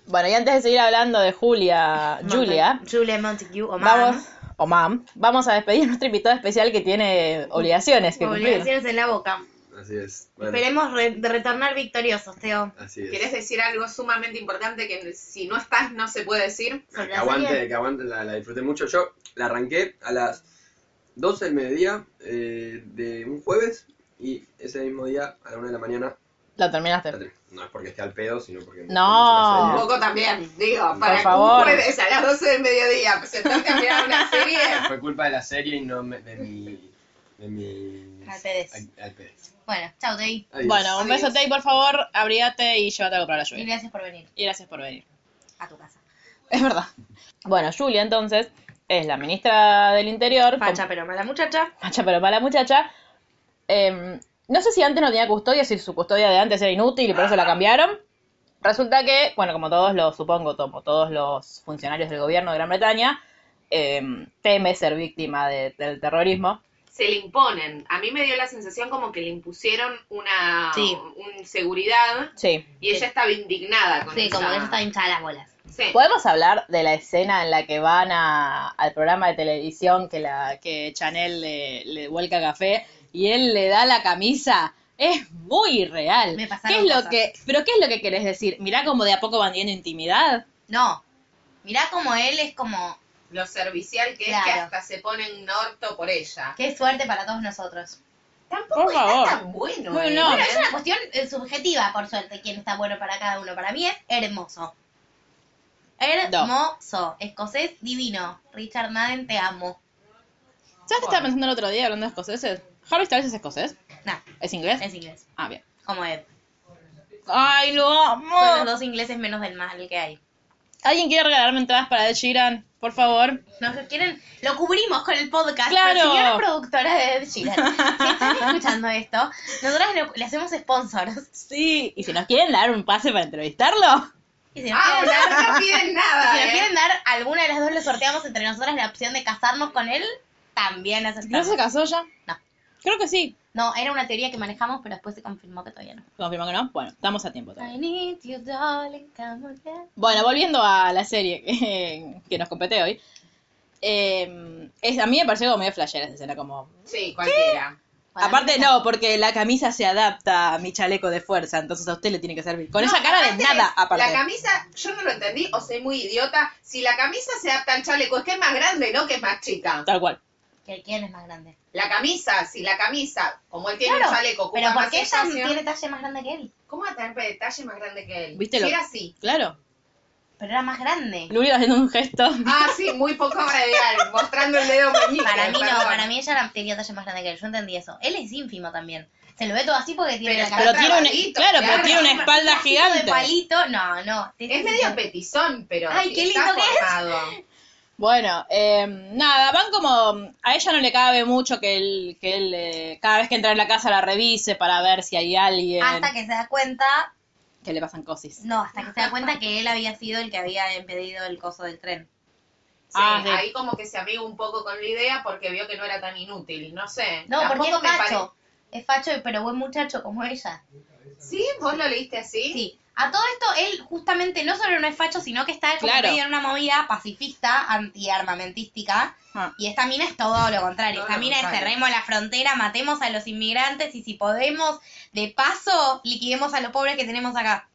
Bueno, y antes de seguir hablando de Julia, Julia,
Julia Montague o
vamos,
más.
o mam, vamos a despedir a nuestra invitada especial que tiene obligaciones que cumplir.
Obligaciones en la boca.
Así es. Bueno,
Esperemos re- de retornar victoriosos, Teo.
así es.
¿Querés decir algo sumamente importante que si no estás no se puede decir?
Ah, que aguante, que aguante, la, la disfruté mucho. Yo la arranqué a las 12 del mediodía eh, de un jueves y ese mismo día a la 1 de la mañana.
Lo terminaste.
la tri- No es porque esté al pedo, sino porque. me
No.
Un
gusta mucho
poco también, digo, para
favor.
que un jueves a las 12 del mediodía sentarte a mirar una serie.
la serie. Fue culpa de la serie y no me- de mi. de mi.
Al Pérez.
al- al Pérez.
Bueno, chao, Teo.
Adiós.
Bueno, un besote y por favor, abrígate y llévate algo para la
Y
lluvia.
gracias por venir
Y gracias por venir.
a tu casa.
Es verdad. Bueno, Julia entonces es la ministra del Interior.
Facha,
con-
pero mala muchacha.
Facha, pero mala muchacha. Em, no sé si antes no tenía custodia, si su custodia de antes era inútil y por eso la cambiaron. Resulta que, bueno, como todos los, supongo, como todos los funcionarios del gobierno de Gran Bretaña, em, teme ser víctima de- del terrorismo.
Se le imponen. A mí me dio la sensación como que le impusieron una
Sí.
un seguridad
Sí.
y ella estaba indignada con
Sí,
esa-
como que ya está hinchada las bolas.
Sí.
¿Podemos hablar de la escena en la que van a- al programa de televisión que, la, que Chanel le, le vuelca café y él le da la camisa? Es muy real.
Me pasaron
¿Qué es lo
cosas.
que, ¿Pero qué es lo que querés decir? Mirá como de a poco van teniendo intimidad.
No. Mirá como él es como.
Lo servicial que es que
Claro.
hasta se ponen un orto por ella.
Qué suerte para todos nosotros.
Tampoco
Por
está
favor.
tan bueno.
No,
¿eh?
no.
Pero es *laughs* una cuestión eh, subjetiva, por suerte, quién está bueno para cada uno. Para mí es hermoso. Hermoso. Escocés divino. Richard Madden, te amo.
¿Sabes qué estaba pensando el otro día hablando de escoceses? ¿Harry Styles es escocés?
Nah,
¿Es inglés?
es inglés.
Ah, bien.
Como Ed.
¡Ay, lo
Son los
amo!
dos ingleses menos del mal que hay.
¿Alguien quiere regalarme entradas para Ed Sheeran? Por favor.
Nos quieren, lo cubrimos con el podcast.
Claro.
Pero señora productora de Ed *laughs* Sheeran, si están escuchando esto, nosotras lo- le hacemos sponsors.
Sí. ¿Y si nos quieren dar un pase para entrevistarlo?
Y si nos,
Ah,
quieren, dar,
no piden nada.
*laughs* si nos
¿eh?
quieren dar alguna de las dos, le sorteamos entre nosotras la opción de casarnos con él. También
¿No
aceptamos.
se casó ya?
No.
Creo que sí.
No, era una teoría que manejamos, pero después se confirmó que todavía no.
Confirma que no. Bueno, estamos a tiempo todavía.
I need you, darling, come again.
Bueno, volviendo a la serie que, *laughs* que nos compete hoy. eh, es, a mí me pareció como medio flashera esa escena, como...
Sí, cualquiera.
Para
aparte
mí,
no, porque la camisa se adapta a mi chaleco de fuerza, entonces a usted le tiene que servir. Con
No,
esa cara de
aparte,
nada, aparte.
La camisa, yo no lo entendí, o soy muy idiota. Si la camisa se adapta al chaleco, es que es más grande, no que es más chica.
Tal cual.
¿Que ¿Quién es más grande?
La camisa, si la camisa, como él tiene
Claro,
un chaleco, ocupa
Pero
más
¿por qué ella
espacio,
tiene talle más grande que él?
¿Cómo va a tener detalle más grande que él?
¿Viste
si
lo-
era así.
Claro.
Pero era más grande.
Luli haciendo un gesto.
Ah, sí, muy poco
*laughs*
radial, mostrando el dedo meñique.
Para mí no,
perdón.
para mí ella era- tenía talla más grande que él, yo entendí eso. Él es ínfimo también. Se lo ve todo así porque tiene
Pero
la
*laughs* Pero
cara
tiene una,
trabadito,
claro,
claro.
pero tiene una espalda
así todo de
gigante.
palito, no, no.
Es medio petizón, pero
Ay, qué
está
lindo que es.
formado.
Bueno, eh, nada, van como... A ella no le cabe mucho que él, que él eh, cada vez que entra en la casa la revise para ver si hay alguien.
Hasta que se da cuenta
que le pasan cosis.
No, hasta que se da cuenta que él había sido el que había impedido el coso del tren.
Sí,
Ah, sí.
ahí como que se amigó un poco con la idea porque vio que no era tan inútil, no sé.
No, porque es
Tampoco me
facho. Es facho, pero buen muchacho como ella.
pare- ¿Sí? ¿Vos lo leíste así?
Sí. A todo esto, él justamente no solo no es facho, sino que está como
Claro.
medio en una movida pacifista, antiarmamentística.
Ah.
Y esta mina es todo lo contrario.
Todo
esta
lo
mina es
contrario.
cerremos la frontera, matemos a los inmigrantes y si podemos, de paso, liquidemos a los pobres que tenemos acá.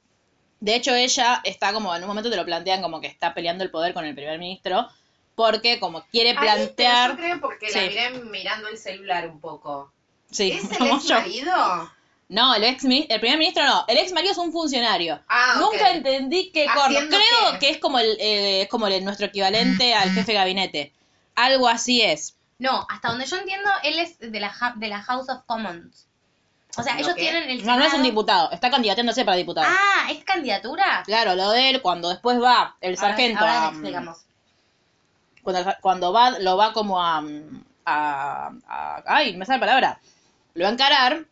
De hecho, ella está como, en un momento te lo plantean como que está peleando el poder con el primer ministro, porque como quiere
Ay,
plantear...
pero yo creo porque
Sí.
la miré mirando el celular un poco.
Sí,
*laughs*
¿Es el
*laughs* como
ex
yo.
marido?
No, el ex mi- el primer ministro no, el ex marido es un funcionario.
Ah, ok.
Nunca entendí qué corno.
¿Haciendo
Creo
qué? Mm.
que es como el, eh, es como el- nuestro equivalente al jefe de gabinete. Algo así es.
No, hasta donde yo entiendo, él es de la, ha- de la House of Commons. O sea,
¿Lo
ellos
qué?
tienen el
No, no es un
Senado.
diputado, está candidateándose para diputado.
Ah, ¿es candidatura?
Claro, lo de él, cuando después va el
Ahora-
sargento um, a,
Ahora, le explicamos.
cuando, cuando va, lo va como a, a- a- Ay, me sale la palabra. Lo va a encarar.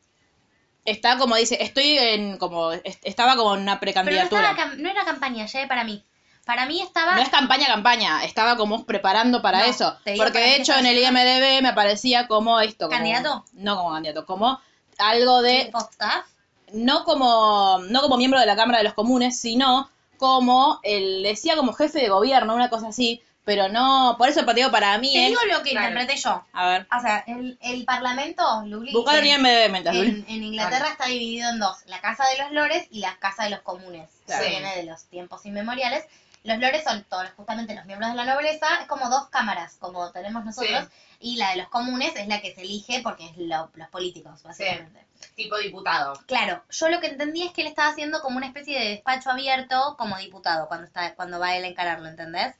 Está como dice, estoy en. como est- Estaba como en una
Pero no,
precandidatura.
estaba cam- no era campaña, ya para mí. Para mí estaba...
No es campaña, campaña. Estaba como preparando para
No,
eso.
te digo
Porque
para
de
qué
hecho en
estás-
el IMDB me aparecía como esto. como-
¿Candidato?
No como candidato, como algo de.
Chief of Staff.
No como, no como miembro de la Cámara de los Comunes, sino como. El, decía como jefe de gobierno, una cosa así. Pero no. Por eso el partido para mí
Te
es.
digo lo que
Claro.
interpreté yo.
A ver.
O sea, el, el Parlamento, Luli,
Buscar el
en,
IMDB mientras.
en- en Inglaterra está dividido en dos, la Casa de los Lores y la Casa de los Comunes,
Claro.
que viene de los tiempos inmemoriales. Los Lores son todos justamente los miembros de la nobleza, es como dos cámaras, como tenemos nosotros, y la de los comunes es la que se elige porque es lo- los políticos, básicamente.
Tipo diputado.
Claro, yo lo que entendí es que él estaba haciendo como una especie de despacho abierto como diputado cuando está cuando va él a encararlo, ¿entendés?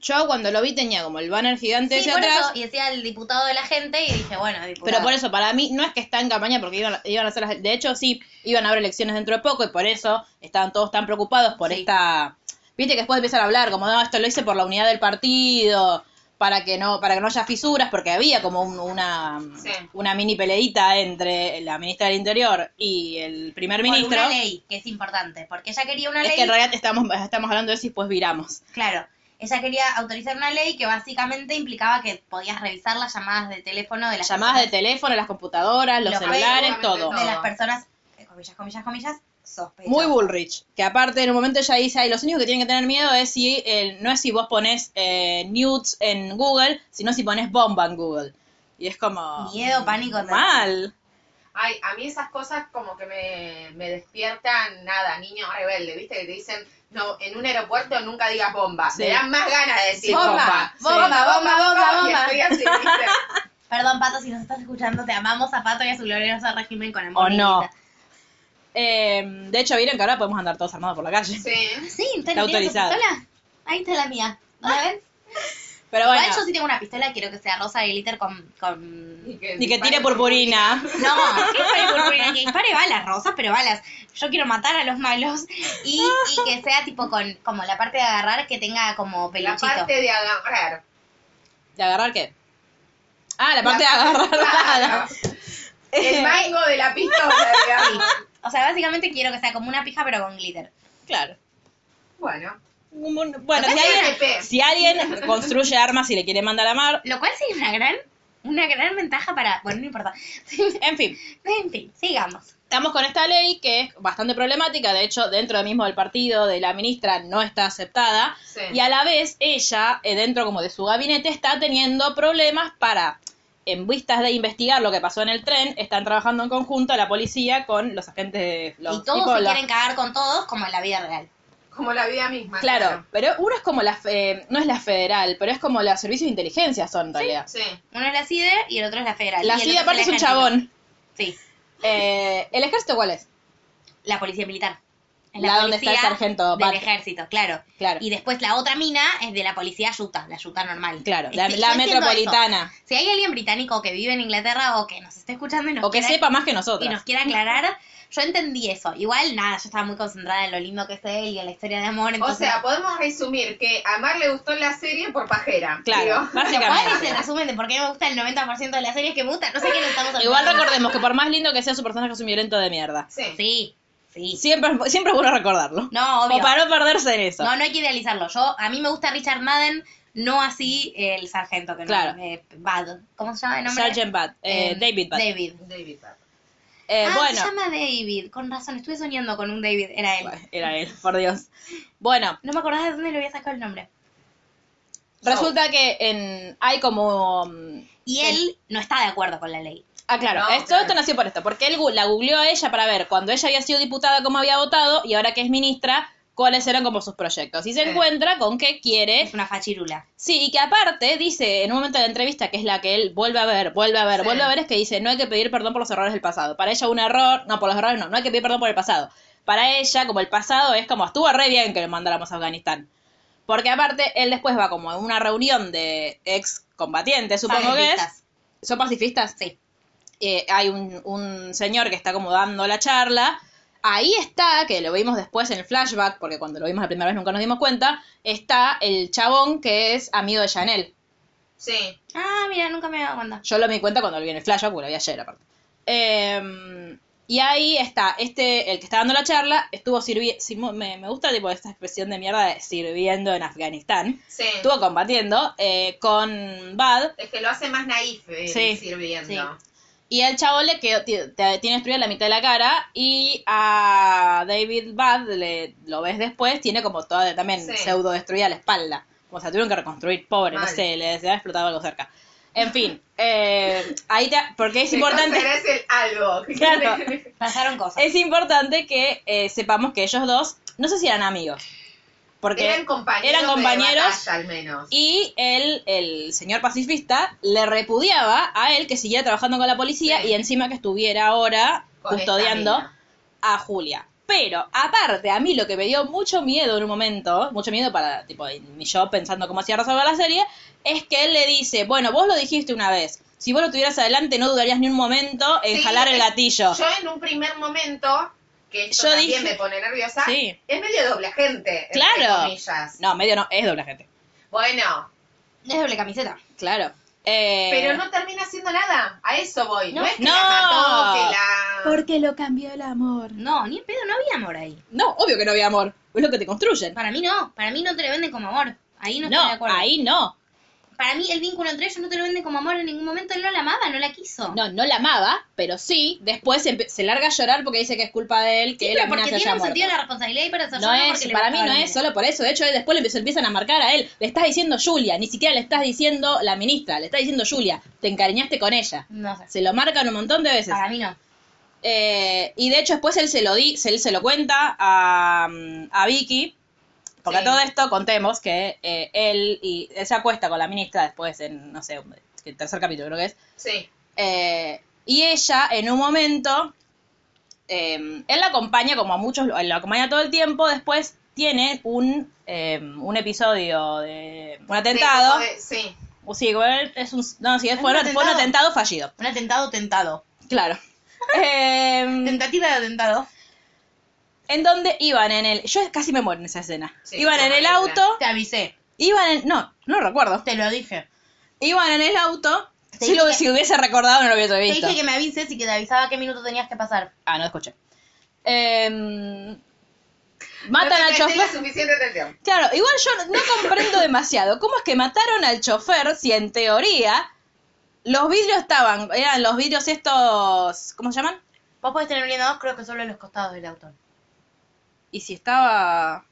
Yo cuando lo vi tenía como el banner gigante
Sí,
hacia
por
atrás.
eso, y decía el diputado de la gente y dije, bueno, diputado.
Pero por eso, para mí, no es que está en campaña porque iban, iban a hacer las- De hecho, sí, iban a haber elecciones dentro de poco y por eso estaban todos tan preocupados por
Sí.
esta. Viste que después empiezan a hablar, como no, esto lo hice por la unidad del partido, para que no, para que no haya fisuras, porque había como un- una,
Sí.
una mini peleita entre la ministra del Interior y el primer
Por
ministro.
una ley, que es importante, porque ella quería una
Es
ley,
que en realidad estamos, estamos hablando de eso y después viramos.
claro, ella quería autorizar una ley que básicamente implicaba que podías revisar las llamadas de teléfono de las
Las llamadas de teléfono, las computadoras, los,
Los
celulares,
Facebook,
todo.
teléfono.
de las personas, eh, comillas, comillas, comillas, sospechosas.
Muy Bullrich, que aparte en un momento ella dice, ay, los únicos que tienen que tener miedo es si, eh, no es si vos pones eh, nudes en Google, sino si pones bomba en Google. Y es como... mm,
Miedo, pánico, terror.
Mal.
Ay, a mí esas cosas como que me, me despiertan nada, niño rebelde, ¿viste? Que te dicen, no, en un aeropuerto nunca digas bomba.
Sí.
Me dan más ganas de decir
Sí, bomba.
bomba.
Sí.
Bomba, bomba, bomba,
bomba.
Y estoy así, ¿viste?
Perdón, Pato, si nos estás escuchando, te amamos a Pato y a su glorioso régimen con amor.
O no.
niñita.
Eh, de hecho, vieron que ahora podemos andar todos armados por la calle.
Sí.
Sí, ¿está,
Está Ah, autorizada.
pistola? Ahí está la mía. ¿No la ven?
*laughs* Pero
Igual
bueno,
yo sí tengo una pistola, quiero que sea rosa de glitter con... con...
Y que,
ni que
disparen.
tire purpurina.
No, ¿qué dispare purpurina? Que dispare balas, rosas, pero balas. Yo quiero matar a los malos y, y que sea tipo con como la parte de agarrar que tenga como
La
peluchito.
parte de agarrar.
¿De agarrar qué? Ah, la parte de agarrar. *laughs*
Claro. El mango de la pistola, digamos.
O sea, básicamente quiero que sea como una pija pero con glitter.
claro.
Bueno.
Un- Bueno, si
Acá tiene
alguien,
TP.
si alguien construye armas y le quiere mandar a mar,
Lo cual sí es una gran, una gran ventaja para... Bueno, no importa.
en fin.
En fin, sigamos.
Estamos con esta ley que es bastante problemática, de hecho, dentro del mismo del partido de la ministra no está aceptada,
Sí.
y a la vez ella, eh, dentro como de su gabinete, está teniendo problemas para, en vistas de investigar lo que pasó en el tren, están trabajando en conjunto la policía con los agentes de los
y todos
tipo
se
la-
quieren cagar con todos como en la vida real.
Como la vida misma.
Claro, pero uno es como la, fe- no es la federal, pero es como los servicios de inteligencia son en realidad.
Sí.
Uno es la CIDE y el otro es la federal.
La
Y el
CIDE
otro
aparte es
el
un
ejército.
chabón.
Sí,
Eh, ¿El ejército cuál es?
la policía militar. Es
La donde está el
policía
sargento
Del
Pat.
ejército, claro.
Claro.
Y después la otra mina es de la policía yuta, la yuta normal.
Claro, la,
Este,
la
yo entiendo
metropolitana.
eso. Si hay alguien británico que vive en Inglaterra o que nos esté escuchando y nos,
O que
quiera,
sepa más que nosotros.
y nos quiera aclarar, yo entendí eso. Igual, nada, yo estaba muy concentrada en lo lindo que es él y en la historia de amor.
O
entonces-
sea, podemos resumir que a Mar le gustó la serie por pajera.
Claro,
Digo.
Lo cual es el
básicamente.
resumen de por qué me gusta el 90% de las series que me gustan. No sé qué nos estamos hablando.
Igual recordemos que por más lindo que sea su personaje es un violento de mierda.
Sí.
Sí, Sí.
Siempre, siempre es bueno recordarlo.
No,
Como
obvio.
para no perderse en eso.
No, no hay que idealizarlo. Yo, a mí me gusta Richard Madden, no así el sargento que no.
Claro.
eh, Bad. ¿Cómo se llama el nombre?
Sergeant Bad, eh,
Eh,
David Bad.
David.
David Bach.
Eh,
ah,
bueno,
se llama David. Con razón, estuve soñando con un David. Era él.
Bueno, era él, por Dios. Bueno,
No me acordaba de dónde le había sacado el nombre.
resulta que en hay como... mm,
Y
Sí.
él no está de acuerdo con la ley.
Ah, claro,
No,
es- todo
claro.
esto nació por esto, porque él gu- la googleó a ella para ver cuando ella había sido diputada cómo había votado y ahora que es ministra cuáles eran como sus proyectos. Y se
Sí.
encuentra con que quiere
Es una fachirula.
Sí, y que aparte dice en un momento de la entrevista, que es la que él vuelve a ver, vuelve a ver,
Sí.
vuelve a ver, es que dice, no hay que pedir perdón por los errores del pasado. Para ella un error, no, por los errores no, no hay que pedir perdón por el pasado. Para ella, como el pasado es como, estuvo re bien que lo mandáramos a Afganistán. Porque aparte, él después va como a una reunión de ex combatientes, supongo que es.
Pacifistas.
¿Son pacifistas? Sí. Eh, hay un, un señor que está como dando la charla. Ahí está, que lo vimos después en el flashback, porque cuando lo vimos la primera vez nunca nos dimos cuenta, está el chabón que es amigo de Chanel.
Sí.
Ah, mira, nunca me había dado cuenta.
Yo lo me di cuenta cuando lo vi en el flashback, porque lo vi ayer aparte. Eh, y ahí está, este, el que está dando la charla, estuvo sirviendo, me, me gusta tipo esta expresión de mierda de sirviendo en Afganistán,
Sí.
estuvo combatiendo eh, con Bad,
Es que lo hace más naif eh,
Sí,
sirviendo.
Y al chavo le quedó, ti- te- tiene destruida la mitad de la cara y a David Bad, le, lo ves después, tiene como toda también
Sí.
pseudo destruida la espalda. O sea, tuvieron que reconstruir, pobre, no
Mal.
sé, le se ha explotado algo cerca. En
*laughs*
fin, eh, ahí te- porque es importante...
Es el algo.
*laughs* Claro.
Pasaron cosas.
Es importante que eh, sepamos que ellos dos, no sé si eran amigos, porque
Eran compañeros.
eran
de
compañeros.
batalla, al menos.
Y él, el señor pacifista, le repudiaba a él que siguiera trabajando con la policía
Sí.
y encima que estuviera ahora
Con esta
custodiando
mina.
a Julia. Pero, aparte, a mí lo que me dio mucho miedo en un momento, mucho miedo para, tipo, mi yo pensando cómo hacía resolver la serie, es que él le dice, bueno, vos lo dijiste una vez, si vos lo tuvieras adelante no dudarías ni un momento en
Sí,
jalar el
es-
gatillo.
Yo en un primer momento, que esto
Yo
también
dije-
me pone nerviosa,
Sí.
es medio doble gente.
Claro.
Comillas.
No, medio no, es doble gente.
Bueno,
Es doble camiseta.
Claro. Eh,
pero no termina haciendo nada. A eso voy. No,
No.
es que
No.
la mató, que la...
No, ni en pedo, no había amor ahí.
No, obvio que no había amor, es lo que te construyen.
Para mí no. Para mí no te lo venden como amor. Ahí no, estoy de
No,
acuerdo.
ahí no.
Para mí el vínculo entre ellos no te lo venden como amor en ningún momento. Él no la amaba, no la quiso.
No, no la amaba, pero sí, después empe- se larga a llorar porque dice que es culpa de él, que
Sí,
él
pero
la mina
porque
se
tiene
haya
un sentido de
muerto.
la responsabilidad y para
No es, para mí no es solo por eso. De hecho, él después le empezó- empiezan a marcar a él. Le estás diciendo Julia, ni siquiera le estás diciendo la ministra, le estás diciendo Julia. Te encariñaste con ella.
No sé.
Se lo marcan un montón de veces.
Para mí no.
Eh, y de hecho, después él se lo di, se- él se lo cuenta a, mm, a Vicky. Porque
Sí.
a todo esto contemos que eh, él y él se acuesta con la ministra después en, no sé, un- el tercer capítulo creo que es.
Sí.
Eh, y ella, en un momento, eh, él la acompaña como a muchos, lo lo acompaña todo el tiempo, después tiene un, eh, un episodio de un atentado.
Sí, como de- sí.
o Sí, como él es un, no, sí, fue,
un
un fue un
atentado.
atentado fallido,
Un atentado tentado. *laughs*
claro. Eh,
Tentativa de atentado.
en donde iban en el... Yo casi me muero en esa escena.
Sí,
iban en el
tremenda.
auto,
Te avisé.
iban en... No, no recuerdo.
Te lo dije.
Iban en el auto.
Te
Si, lo,
dije-
si hubiese recordado no lo hubiese
Te
visto.
dije que me avises y que te avisaba qué minuto tenías que pasar.
Ah, no escuché. Em,
No
matan
te
al
presté
chofer.
la suficiente atención.
Claro, igual yo no comprendo demasiado. ¿Cómo es que mataron al chofer si en teoría los vidrios estaban, eran los vidrios estos, ¿cómo se llaman?
Vos podés tener un dos, creo que solo en los costados del auto.
Y si estaba...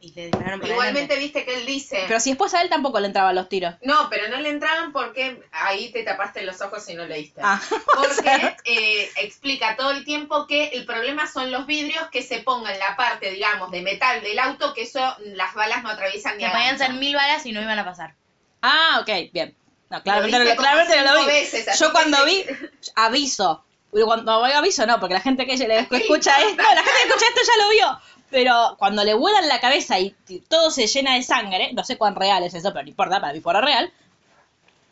Y le dispararon por
Igualmente
adelante.
viste que él dice...
Pero si después a él tampoco le entraban los tiros.
No, pero no le entraban porque ahí te tapaste los ojos y no leíste.
Ah, *laughs*
Porque eh, explica todo el tiempo que el problema son los vidrios que se pongan la parte, digamos, de metal del auto, que eso las balas no atraviesan ni
Que podían
agancha.
ser mil balas y no iban a pasar.
ah ok, bien. No, claramente, no
viste
lo-
como
claramente no lo
cinco
vi.
veces, así
yo
que
cuando vi,
sí.
aviso. Y Cuando voy aviso no, porque la gente que
*laughs*
le
qué le
escucha
importa?
esto, la gente que escucha esto ya lo vio. Pero cuando le vuelan la cabeza y t- todo se llena de sangre, no sé cuán real es eso, pero no importa, para mí fuera real.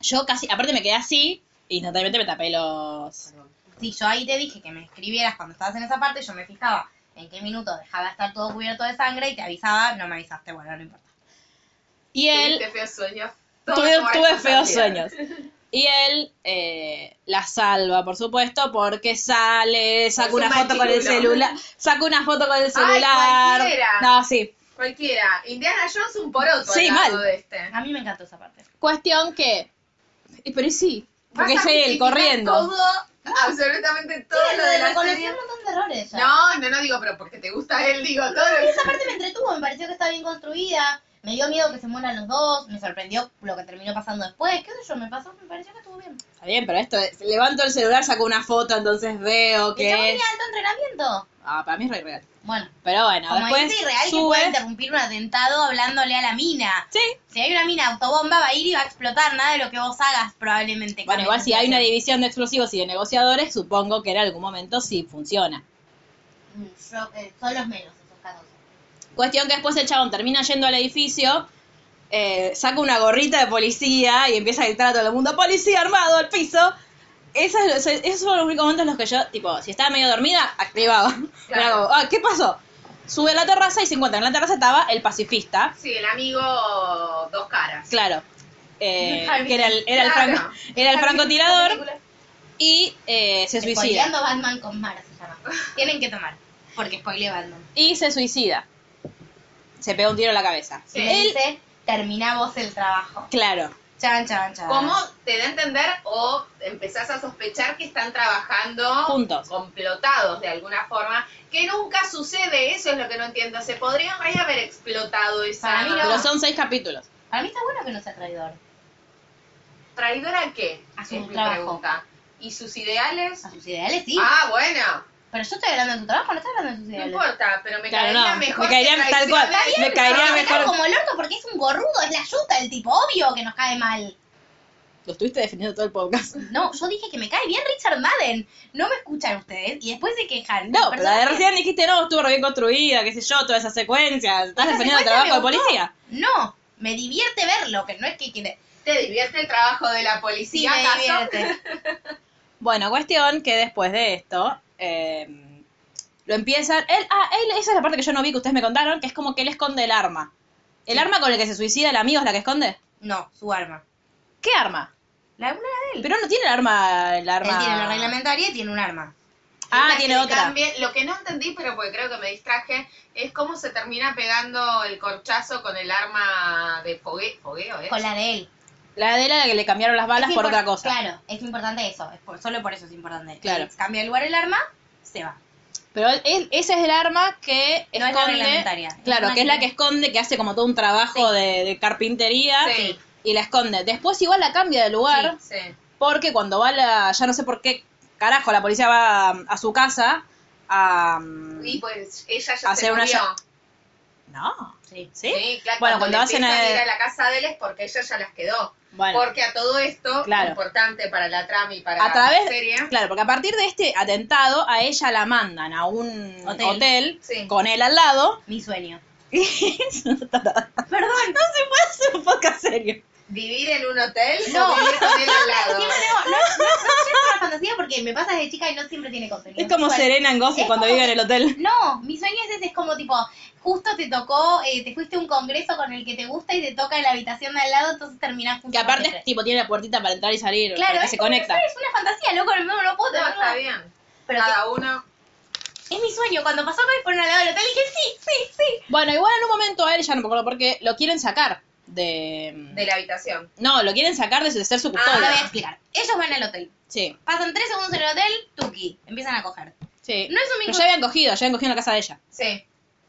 Yo casi, aparte me quedé así, y instantáneamente me tapé los...
Sí, yo ahí te dije que me escribieras cuando estabas en esa parte, yo me fijaba en qué minuto dejaba estar todo cubierto de sangre y te avisaba, no me avisaste, bueno, no importa.
Y él,
Tuviste feos sueños. Todo
tuve,
como
tuve
responsabilidad.
feos sueños. Y él eh, la salva, por supuesto, porque sale, saca
Es un
una foto con el
machirulo.
celular, saca una foto con el celular.
cualquiera.
no, sí.
Cualquiera. Indiana Jones un poroto
Sí,
al lado
mal. Ah,
de este.
A mí me encantó esa parte.
Cuestión que. y- Pero y sí, porque
Vas
es
a
él
justificar
corriendo.
Todo, absolutamente todo lo de la
Reconocí
serie.
un montón de errores. ya.
No, no, no digo, pero porque te gusta él, digo, todo lo que...
Esa parte me entretuvo, me pareció que estaba bien construida. Me dio miedo que se mueran los dos. Me sorprendió lo que terminó pasando después. ¿Qué sé yo? Me pasó, me pareció que estuvo bien.
Está bien, pero esto, es- levanto el celular, saco una foto, entonces veo
Que yo
que. es-
alto entrenamiento.
Ah, para mí es re real.
Bueno,
Pero bueno,
como
después.
es irreal que pueda
sube.
interrumpir un atentado hablándole a la mina.
Sí.
Si hay una mina autobomba, va a ir y va a explotar nada de lo que vos hagas probablemente.
Bueno,
cambie
igual
tu
si hay una
situación.
división de explosivos y de negociadores, supongo que en algún momento sí funciona.
Mm, yo, eh, son los menos esos casos.
Cuestión que después el chabón termina yendo al edificio, eh, saca una gorrita de policía y empieza a gritar a todo el mundo, policía armado al piso. Esa es- ese- esos son los únicos momentos en los que yo, tipo, si estaba medio dormida, activaba. *laughs*
Claro.
Era como, ah, ¿qué pasó? Sube a la terraza y se encuentra en la terraza estaba el pacifista,
Sí, el amigo dos caras.
claro, eh,
Harvey.
que era el, era el,
Claro.
franco- era el francotirador y eh, se suicida.
Spoileando Batman con Mara se llama. *laughs* Tienen que tomar. Porque spoileé Batman.
Y se suicida. Se pega un tiro en la cabeza.
Sí.
Me
Él,
dice, termina vos el trabajo.
claro.
Chan, chan, chan.
¿Cómo te da a entender o empezás a sospechar que están trabajando
Juntos.
complotados de alguna forma? Que nunca sucede, eso es lo que no entiendo. ¿Se podrían re haber explotado esa
Para mí no.
Pero son seis capítulos.
Para mí está bueno que no sea traidor.
traidora a qué?
A su
Es mi
trabajo.
pregunta. ¿Y sus ideales?
A sus ideales sí.
Ah, bueno,
Pero yo estoy hablando de tu trabajo, no estoy hablando de sus
no
ideales.
importa, pero me
Claro,
caería
no,
mejor.
me caería
que
tal cual,
traicionar.
me caería
No, me cago
mejor.
como el orto porque es un gorrudo, es la yuta el tipo, obvio que nos cae mal.
Lo estuviste defendiendo todo el podcast.
*laughs* No, yo dije que me cae bien Richard Madden. No me escuchan ustedes y después se quejan.
No, pero
Personas
de
que-
recién dijiste, no, estuvo re bien construida, qué sé yo, todas esas secuencias. Estás
Esa
defendiendo el
secuencia
trabajo de
me gustó.
policía.
No, me divierte verlo, que no es que... que...
¿Te divierte el trabajo de la
Sí,
policía
me
acaso?
divierte.
Bueno, cuestión que después de esto, eh, lo empiezan. Él, ah, él, esa es la parte que yo no vi que ustedes me contaron, que es como que él esconde el arma. ¿El arma con el que se suicida el amigo es la que esconde?
No, su arma.
¿Qué arma?
La una de él.
Pero no tiene el arma. El arma...
Él tiene la reglamentaria y tiene un arma.
Ah,
La
tiene
que
otra.
cambie- lo que no entendí, pero porque creo que me distraje, es cómo se termina pegando el corchazo con el arma de fogue- fogueo, ¿eh?
Con la de él.
La de él a la que le cambiaron las balas
Es
por
impor-
otra cosa.
Claro, es importante eso. es por- solo por eso es importante.
Claro.
Él Cambia de lugar el arma, se va.
Pero él- él- ese es el arma que
No es la
esconde.
reglamentaria. Es
Claro,
una
que es la
que-
que esconde, que hace como todo un trabajo
Sí.
de, de carpintería
Sí.
y la esconde. Después igual la cambia de lugar
Sí.
porque cuando va la, ya no sé por qué carajo, la policía va a, a su casa a...
Y pues ella ya
Hacer
se
una
murió.
ya- No,
Sí.
¿sí?
claro,
Bueno, cuando
le
hacen
empiezan
el-
a ir a la casa de él es porque ella ya las quedó.
Bueno,
porque a todo esto,
Claro.
importante para la trama y para
a través...
la serie,
Claro, porque a partir de este atentado a ella la mandan a un hotel,
Hotel.
Sí.
con él al lado.
Mi sueño.
Perdón, no se puede hacer un podcast serio.
vivir en un hotel
No.
o vivir con él
*laughs*
al lado.
Siempre tengo, no, no, no, llego a la fantasía porque me pasa de chica y no siempre tiene contenido.
Es como
Bueno,
Serena en Gossip
Es
cuando
como
vive en el hotel.
No, mi sueño es ese, es como tipo, justo te tocó, eh, te fuiste a un congreso con el que te gusta y te toca en la habitación de al lado, entonces terminás junto
Que
con
aparte,
gente.
tipo, tiene la puertita para entrar y salir,
claro,
porque
es
se
como-
conecta.
Es una fantasía, loco, no, no puedo
No,
tenerla.
está bien.
Pero
Cada uno.
que- es mi sueño, cuando pasó que fueron al lado del hotel dije, sí, sí, sí.
Bueno, igual en un momento a él, ya no me acuerdo por qué, lo quieren sacar de...
De la habitación.
No, lo quieren sacar de, su- de ser su
Ah,
Ahora
custodio.
voy a explicar. Ellos van al hotel,
sí,
pasan tres segundos en el hotel, tuki, empiezan a coger.
sí.
No es un
Pero
mismo...
ya habían cogido, ya habían cogido en la casa de ella.
Sí.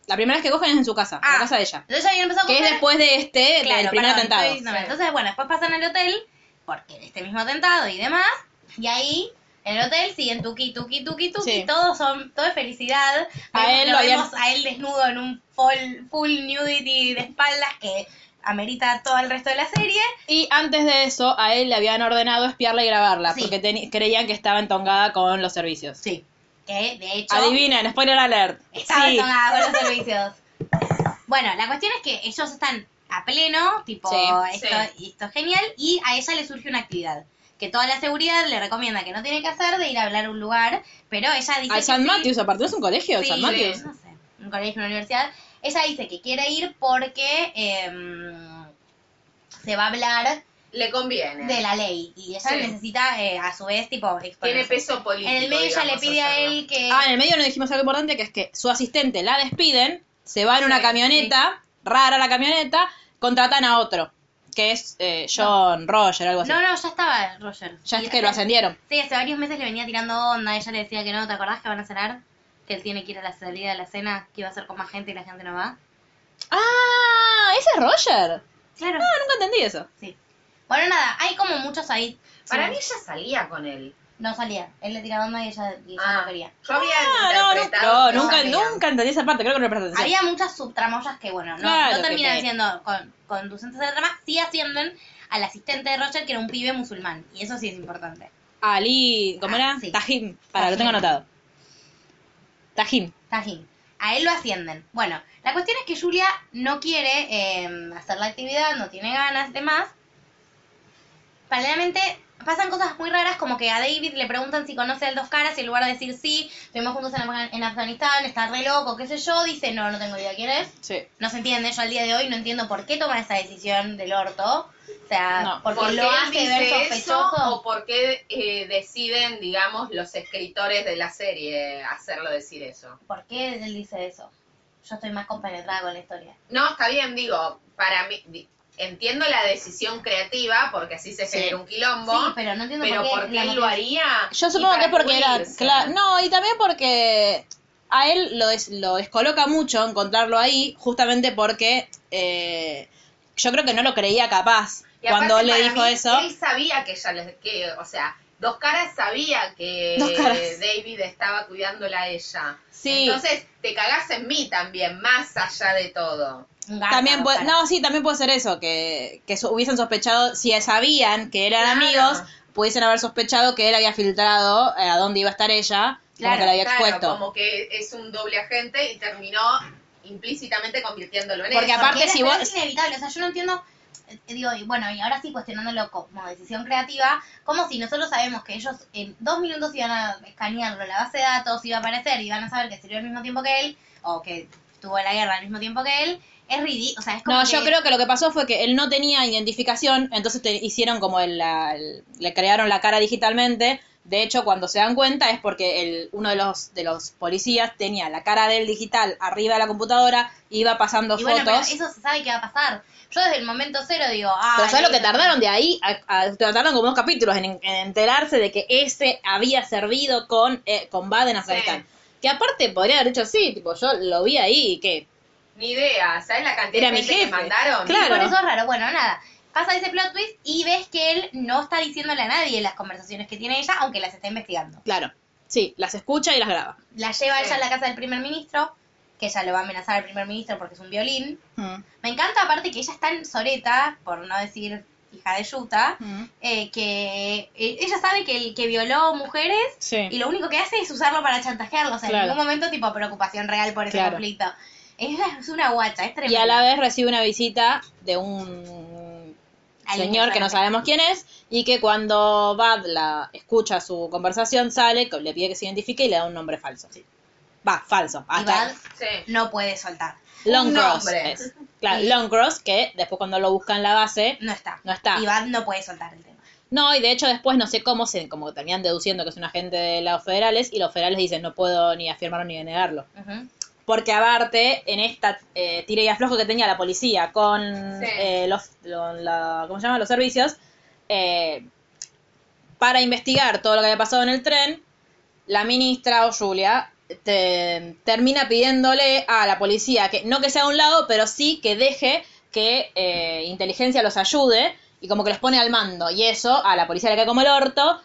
La primera vez que cogen es en su casa, en
Ah.
la casa de ella.
Entonces ya habían empezado a
Que
coger.
es después de este,
Claro,
del primer
perdón,
atentado.
estoy diciendo mal.
Sí.
Entonces, bueno, después pasan al hotel, porque de este mismo atentado y demás, y ahí en el hotel siguen tuqui, tuqui, tuqui, tuqui,
Sí.
todos son, todo es felicidad.
A
Vemos-
él
lo
lo habían-
vemos a él desnudo en un full, full nudity de espaldas que amerita todo el resto de la serie.
Y antes de eso, a él le habían ordenado espiarla y grabarla,
Sí.
porque teni- creían que estaba entongada con los servicios.
Sí. Que de hecho
Adivinen, spoiler alert.
estaba
sí.
entongada con los servicios. Bueno, la cuestión es que ellos están a pleno, tipo,
Sí,
esto, esto es genial, y a ella le surge una actividad que toda la seguridad le recomienda que no tiene que hacer de ir a hablar a un lugar, pero ella dice... que
Al San
sí.
Matthews, aparte, ¿no es un colegio el
Sí,
San Matthews?
No sé, un colegio, una universidad. Ella dice que quiere ir porque em, se va a hablar
le conviene.
de la ley. Y ella
Sí.
necesita, eh, a su vez, tipo,
Tiene
exponerse.
peso político.
En el medio ella le
digamos,
pide a
hacerlo.
él que...
Ah, en el medio no dijimos algo importante que es que su asistente la despiden, se va en una
Sí,
camioneta, rara la camioneta, contratan a otro, que es eh, John Roger, algo así.
No, no, ya estaba Roger.
ya
Y-
es que lo ascendieron.
Sí, hace varios meses le venía tirando onda, ella le decía que no, ¿te acordás que van a cenar? Que él tiene que ir a la salida de la cena, que iba a ser con más gente y la gente no va.
Ah, ese es Roger.
Claro.
Ah, nunca entendí eso.
Sí. Bueno, nada, hay como muchos ahí.
Para
Sí.
mí ella salía con él.
No salía, él le tiraba onda y ella, y ella no quería.
Yo había
Ah, no, nu-
interpretado
no,
que
nunca,
salían.
nunca entendí esa parte, creo que no me prestaste atención.
Había muchas subtramoyas que, bueno, no,
Claro,
no terminan
que te-
siendo con- conducentes a la trama, sí ascienden al asistente de Roger, que era un pibe musulmán, y eso sí es importante.
Ali, ¿cómo era?
Ah, sí.
Tajim, para, lo
Tajim.
tengo anotado. Tajim.
Tajín. A él lo ascienden. Bueno, la cuestión es que Julia no quiere eh, hacer la actividad, no tiene ganas, demás. Paralelamente pasan cosas muy raras como que a David le preguntan si conoce al Dos Caras y en lugar de decir sí, estuvimos juntos en, Afgan- en Afganistán, está re loco, qué sé yo, dice no, no tengo idea quién es.
Sí.
No se entiende, yo al día de hoy no entiendo por qué toma esa decisión del orto. O sea,
No,
porque,
¿Por qué
lo
él
hace ver
dice eso
sospechoso.
o por qué eh, deciden, digamos, los escritores de la serie hacerlo decir eso?
¿Por qué él dice eso? Yo estoy más compenetrada con la historia.
No, está bien, digo, para mí, di- entiendo la decisión creativa porque así se
Sí.
genera un quilombo,
Sí, pero no entiendo
pero
por qué,
¿por qué
la
él lo
motivación.
haría?
Yo
Y
supongo que es
para
porque era.
huirse.
cla- no, y también porque a él lo, des- lo descoloca mucho encontrarlo ahí, justamente porque eh, yo creo que no lo creía capaz
Y
cuando
aparte,
le
para
dijo
mí,
eso.
Él sabía que ella les. Que, o sea, Dos Caras sabía que
Dos Caras.
David estaba cuidándola a ella.
Sí.
Entonces, te cagás en mí también, más allá de todo.
Un garca,
También
Dos
puede,
Caras.
no, sí, también puede ser eso, que, que so- hubiesen sospechado, si sabían que eran
Claro.
amigos, pudiesen haber sospechado que él había filtrado eh, a dónde iba a estar ella, como
Claro,
que la había
Claro,
expuesto.
como que es un doble agente y terminó implícitamente convirtiéndolo en
Porque
eso.
aparte-
Porque
si
era-
vos-
pero es inevitable, o sea, yo no entiendo, eh, digo, y bueno, y ahora sí cuestionándolo como decisión creativa, como si nosotros sabemos que ellos en dos minutos iban a escanearlo, la base de datos iba a aparecer y iban a saber que sirvió al mismo tiempo que él, o que estuvo en la guerra al mismo tiempo que él, es ridículo, o sea, es como
No,
que-
yo creo que lo que pasó fue que él no tenía identificación, entonces te hicieron como el, la- el- le crearon la cara digitalmente. De hecho, cuando se dan cuenta es porque el, uno de los, de los policías tenía la cara del digital arriba de la computadora, iba pasando
y bueno,
fotos.
pero
Pero,
eso se sabe que va a pasar. Yo desde el momento cero digo, ah,
¿sabes lo que tardaron de ahí? A- a- tardaron como unos capítulos en, en enterarse de que ese había servido con, eh, con Baden Afganistán. Que aparte podría haber dicho sí, tipo, yo lo vi ahí, que
Ni idea, ¿sabes la cantidad
Era
de
mi
gente que
jefe.
mandaron?
Claro.
Por eso es raro. Bueno, nada. Pasa ese plot twist y ves que él no está diciéndole a nadie las conversaciones que tiene ella, aunque las está investigando.
claro, sí, las escucha y las graba.
La lleva
Sí.
ella a la casa del primer ministro, que ella lo va a amenazar al primer ministro porque es un violín.
Mm,
Me encanta aparte que ella está en Soreta, por no decir hija de Yuta,
mm,
eh, que eh, ella sabe que el que violó mujeres
Sí.
y lo único que hace es usarlo para chantajearlos. en
Claro.
ningún momento tipo preocupación real por ese
Claro.
conflicto. Ella es una guacha, es
Y
tremenda.
a la vez recibe una visita de un
Alguien
señor que no sabemos quién es y que cuando Bad la escucha su conversación sale, que le pide que se identifique y le da un nombre falso. Va, falso.
Y
Hasta
Bud
Sí.
no puede soltar.
Long
un
Cross
nombre.
es. Claro,
Sí.
Long Cross, que después cuando lo busca en la base,
No está.
no está.
Y Bad no puede soltar el tema.
No, y de hecho después no sé cómo se, como terminan deduciendo que es un agente de los federales, y los federales dicen no puedo ni afirmarlo ni denegarlo.
Ujú.
Porque aparte, en esta eh, tira y aflojo que tenía la policía con
Sí.
eh, los, lo- la- ¿cómo se llama? los servicios, eh, para investigar todo lo que había pasado en el tren, la ministra o Julia te- termina pidiéndole a la policía que no que sea a un lado, pero sí que deje que eh, inteligencia los ayude y como que los pone al mando. Y eso a la policía le cae como el orto.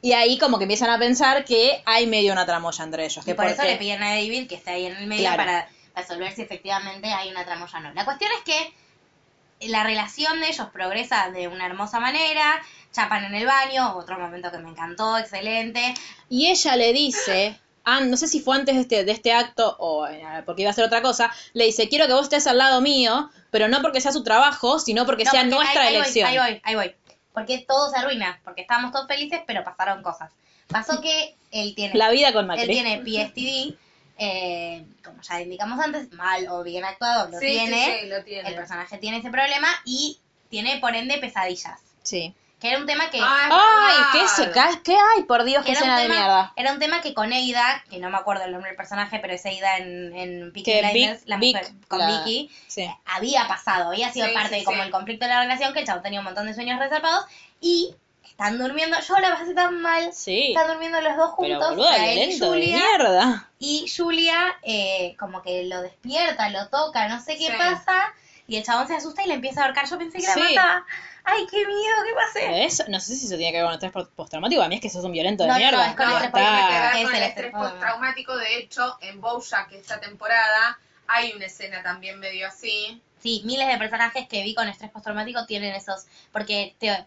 Y ahí como que empiezan a pensar que hay medio una tramoya entre ellos.
Y
que
por eso
porque-
le piden a David que esté ahí en el medio
Claro.
para resolver si efectivamente hay una tramoya o no. La cuestión es que la relación de ellos progresa de una hermosa manera, chapan en el baño, otro momento que me encantó, excelente.
Y ella le dice, ah, no sé si fue antes de este, de este acto o eh, porque iba a hacer otra cosa, le dice, quiero que vos estés al lado mío, pero no porque sea su trabajo, sino porque
No,
sea
porque ahí-
nuestra
ahí voy,
elección.
Ahí voy, ahí voy, Porque todo se arruina, porque estábamos todos felices, pero pasaron cosas. Pasó que él tiene
La vida con
Él
Macri.
tiene PSTD, eh, como ya indicamos antes, mal o bien actuado, lo
Sí,
tiene.
sí, sí, lo tiene.
El personaje tiene ese problema y tiene, por ende, pesadillas.
Sí.
Que era un tema que...
Ah, es
Ay,
verdad.
qué se cae, qué hay, por Dios, qué
Era un,
escena de
tema,
mierda.
era un tema que con Eida, que no me acuerdo el nombre del personaje, pero es Eida en, en Peaky
Que
Blinders,
Vic-
la
Vic,
mujer con
la-
Vicky,
Sí.
había pasado, había sido
Sí,
parte
sí,
de como
sí.
el conflicto de la relación, que el chavo tenía un montón de sueños reservados, y están durmiendo, yo la pasé tan mal,
Sí.
están durmiendo los dos
Pero
juntos,
boludo,
a él y
violento de
Julia,
mierda.
y Julia eh, como que lo despierta, lo toca, no sé qué
Sí.
pasa, y el chabón se asusta y le empieza a ahorcar, yo pensé que la
Sí.
mataba, ay, qué miedo, qué pasé.
Eso, no sé si eso tiene que ver con el estrés postraumático, a mí es que sos un violento de
No, no,
mierda.
es con el
Ya
estrés
porque tiene que
está.
ver
¿Qué
con el
es el
estrés
estrés postraumático?
postraumático. De hecho, en Bojack esta temporada hay una escena también medio así.
Sí, miles de personajes que vi con estrés postraumático tienen esos, porque te,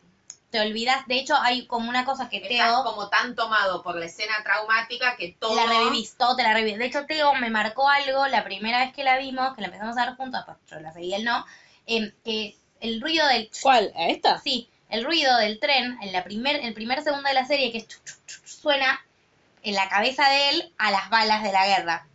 te olvidas, de hecho hay como una cosa que
Estás
Teo...
como tan tomado por la escena traumática que todo...
La revivís, todo te la revivís. De hecho, Teo me marcó algo la primera vez que la vimos, que la empezamos a ver juntos, pues yo la seguí, él no, em, que el ruido del... ch-
¿Cuál? ¿A esta?
Sí, el ruido del tren, en la primer, el primer segundo de la serie, que es chu, chu, chu, chu, suena en la cabeza de él a las balas de la guerra.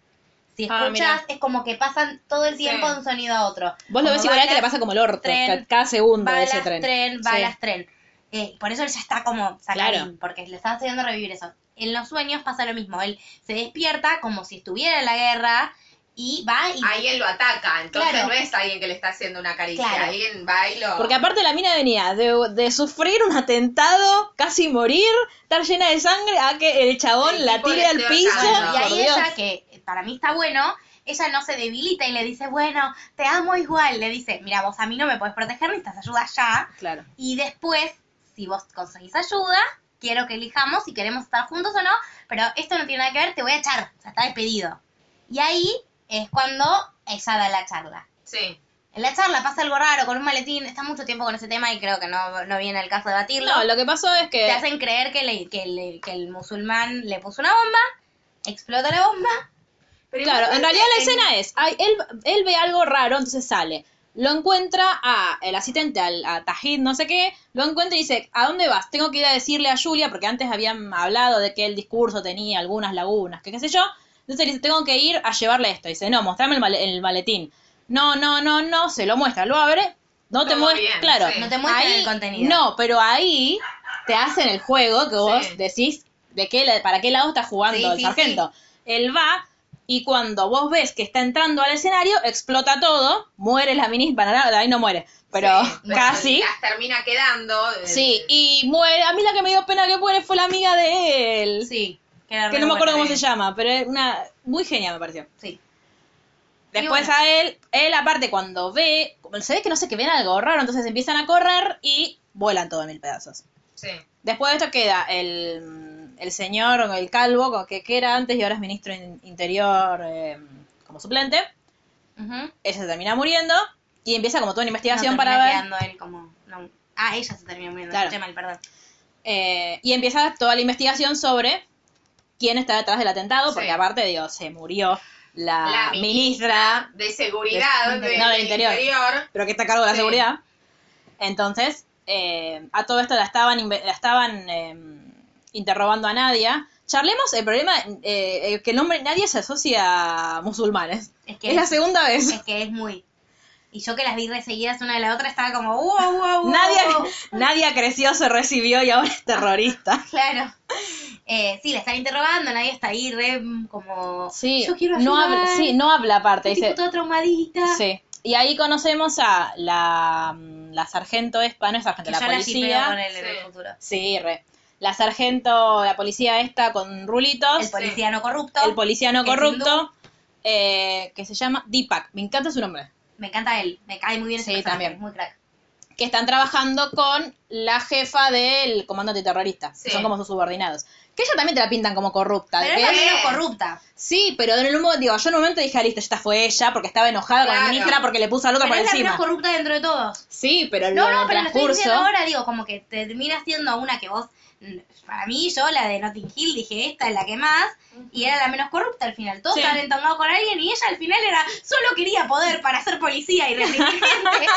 Si
Ah,
escuchas, es como que pasan todo el
Sí.
tiempo de un sonido a otro.
Vos lo
Como
ves igual a él que le
balas,
pasa como el orto,
tren,
ca- cada segundo de
balas,
ese tren.
balas,
Sí.
tren. Eh, por eso él ya está como sacadín,
Claro.
porque le están haciendo revivir eso. En los sueños pasa lo mismo. Él se despierta como si estuviera en la guerra y va y...
Ahí él lo ataca, entonces
Claro.
no es alguien que le está haciendo una caricia,
Claro.
alguien va y lo...
Porque aparte la mina venía de, de sufrir un atentado, casi morir, estar llena de sangre, a que el chabón
El
la
tipo
tire
le
al
esté
piso.
bajando.
y
por
ahí
Dios.
ella, que para mí está bueno, ella no se debilita y le dice, bueno, te amo igual. Le dice, mira, vos a mí no me podés proteger, necesitas ayuda ya.
Claro.
Y después, si vos conseguís ayuda, quiero que elijamos si queremos estar juntos o no, pero esto no tiene nada que ver, te voy a echar, o sea, está despedido. Y ahí es cuando ella da la charla.
Sí.
En la charla pasa algo raro con un maletín, está mucho tiempo con ese tema y creo que no, no viene el caso de debatirlo.
No, lo que pasó es que.
Te hacen creer que, le- que le- que el musulmán le puso una bomba, explota la bomba,
Pero
Claro, en
igualmente
realidad la escena es, ay, él, él ve algo raro, entonces sale. Lo encuentra a el asistente, al, a Tajid, no sé qué, lo encuentra y dice, ¿a dónde vas? Tengo que ir a decirle a Julia, porque antes habían hablado de que el discurso tenía algunas lagunas, que qué sé yo. Entonces le dice, tengo que ir a llevarle esto. Dice, no, mostrame el, male- el maletín. No, no, no, no, se lo muestra, lo abre, no te
Todo
muestra,
bien,
claro.
sí.
no te muestran
Ahí-
el contenido.
No, pero ahí te hacen el juego que vos
Sí.
decís de qué, la- para qué lado está jugando
Sí,
el
sí,
sargento. Él va y cuando vos ves que está entrando al escenario, explota todo, muere la ministra, bueno, ahí no muere, pero
Sí,
*laughs*
pero
casi.
las termina quedando. eh,
Sí, y muere. A mí la que me dio pena que muere fue la amiga de él.
Sí, que, era
Que
re
no me acuerdo
buena
cómo se
idea.
llama, pero es una muy genial me pareció.
Sí.
Después
Y bueno.
a él, él aparte cuando ve, como se ve que no sé, que ven algo raro, entonces empiezan a correr y vuelan todo en mil pedazos.
sí.
Después de esto queda el, el señor, el calvo, con- que, que era antes y ahora es ministro in- interior eh, como suplente.
Ujú.
Ella se termina muriendo y empieza como toda una investigación
No,
para
termina
ver.
quedando él como- no. Ah, ella se terminó muriendo.
Claro.
escuché mal, perdón.
eh, y empieza toda la investigación sobre quién está detrás del atentado,
Sí.
porque aparte, digo, se murió la,
La
ministra,
De seguridad,
De-
de,
no, del
del
interior.
interior.
pero que está a cargo de la
Sí.
seguridad. Entonces, eh, a todo esto la estaban, inve- la estaban eh, interrogando a Nadia. Charlemos el problema, eh, eh, que el nombre Nadia se asocia a musulmanes.
Es que
Es la segunda vez.
*laughs* Es que es muy. Y yo que las vi re seguidas una de la otra estaba como, wow, wow, wow.
Nadia,
wow".
Nadia creció, se recibió y ahora es terrorista.
Claro. Eh, sí, la están interrogando, nadie está ahí re mm, como.
Sí,
yo quiero
no
ayudar,
habla, sí, no habla aparte.
estoy
Dice,
toda traumadita.
Sí. Y ahí conocemos a la, mm, la sargento esta, no es sargento,
Que
la
yo la shippeo
policía.
con él en el
Sí.
futuro.
Sí, re. La sargento, la policía esta con rulitos.
El policía no corrupto.
Ah, el policía no
que es
corrupto. eh, que se llama Deepak. Me encanta su nombre.
Me encanta él, me cae muy bien ese
Sí,
personaje,
también.
es muy crack.
que están trabajando con la jefa del comando antiterrorista, que
Sí.
son como sus subordinados. Que ella también te la pintan como corrupta. de
Pero es
que-
la menos corrupta.
sí, pero en el humo, digo, yo en un momento dije, "Ah, listo, esta fue ella, porque estaba enojada con la
Claro.
ministra porque le puso al otro
Pero
por
es la menos
encima.
corrupta dentro de todos.
Sí, pero luego
No,
en
no,
el
pero lo estoy
transcurso.
diciendo ahora, digo, como que termina siendo una que vos, mm, para mí, yo la de Notting Hill, dije, esta es la que más, y era la menos corrupta al final. Todos
Sí.
estaban entongados con alguien y ella al final era, solo quería poder para ser policía y reprimir
*laughs*
gente.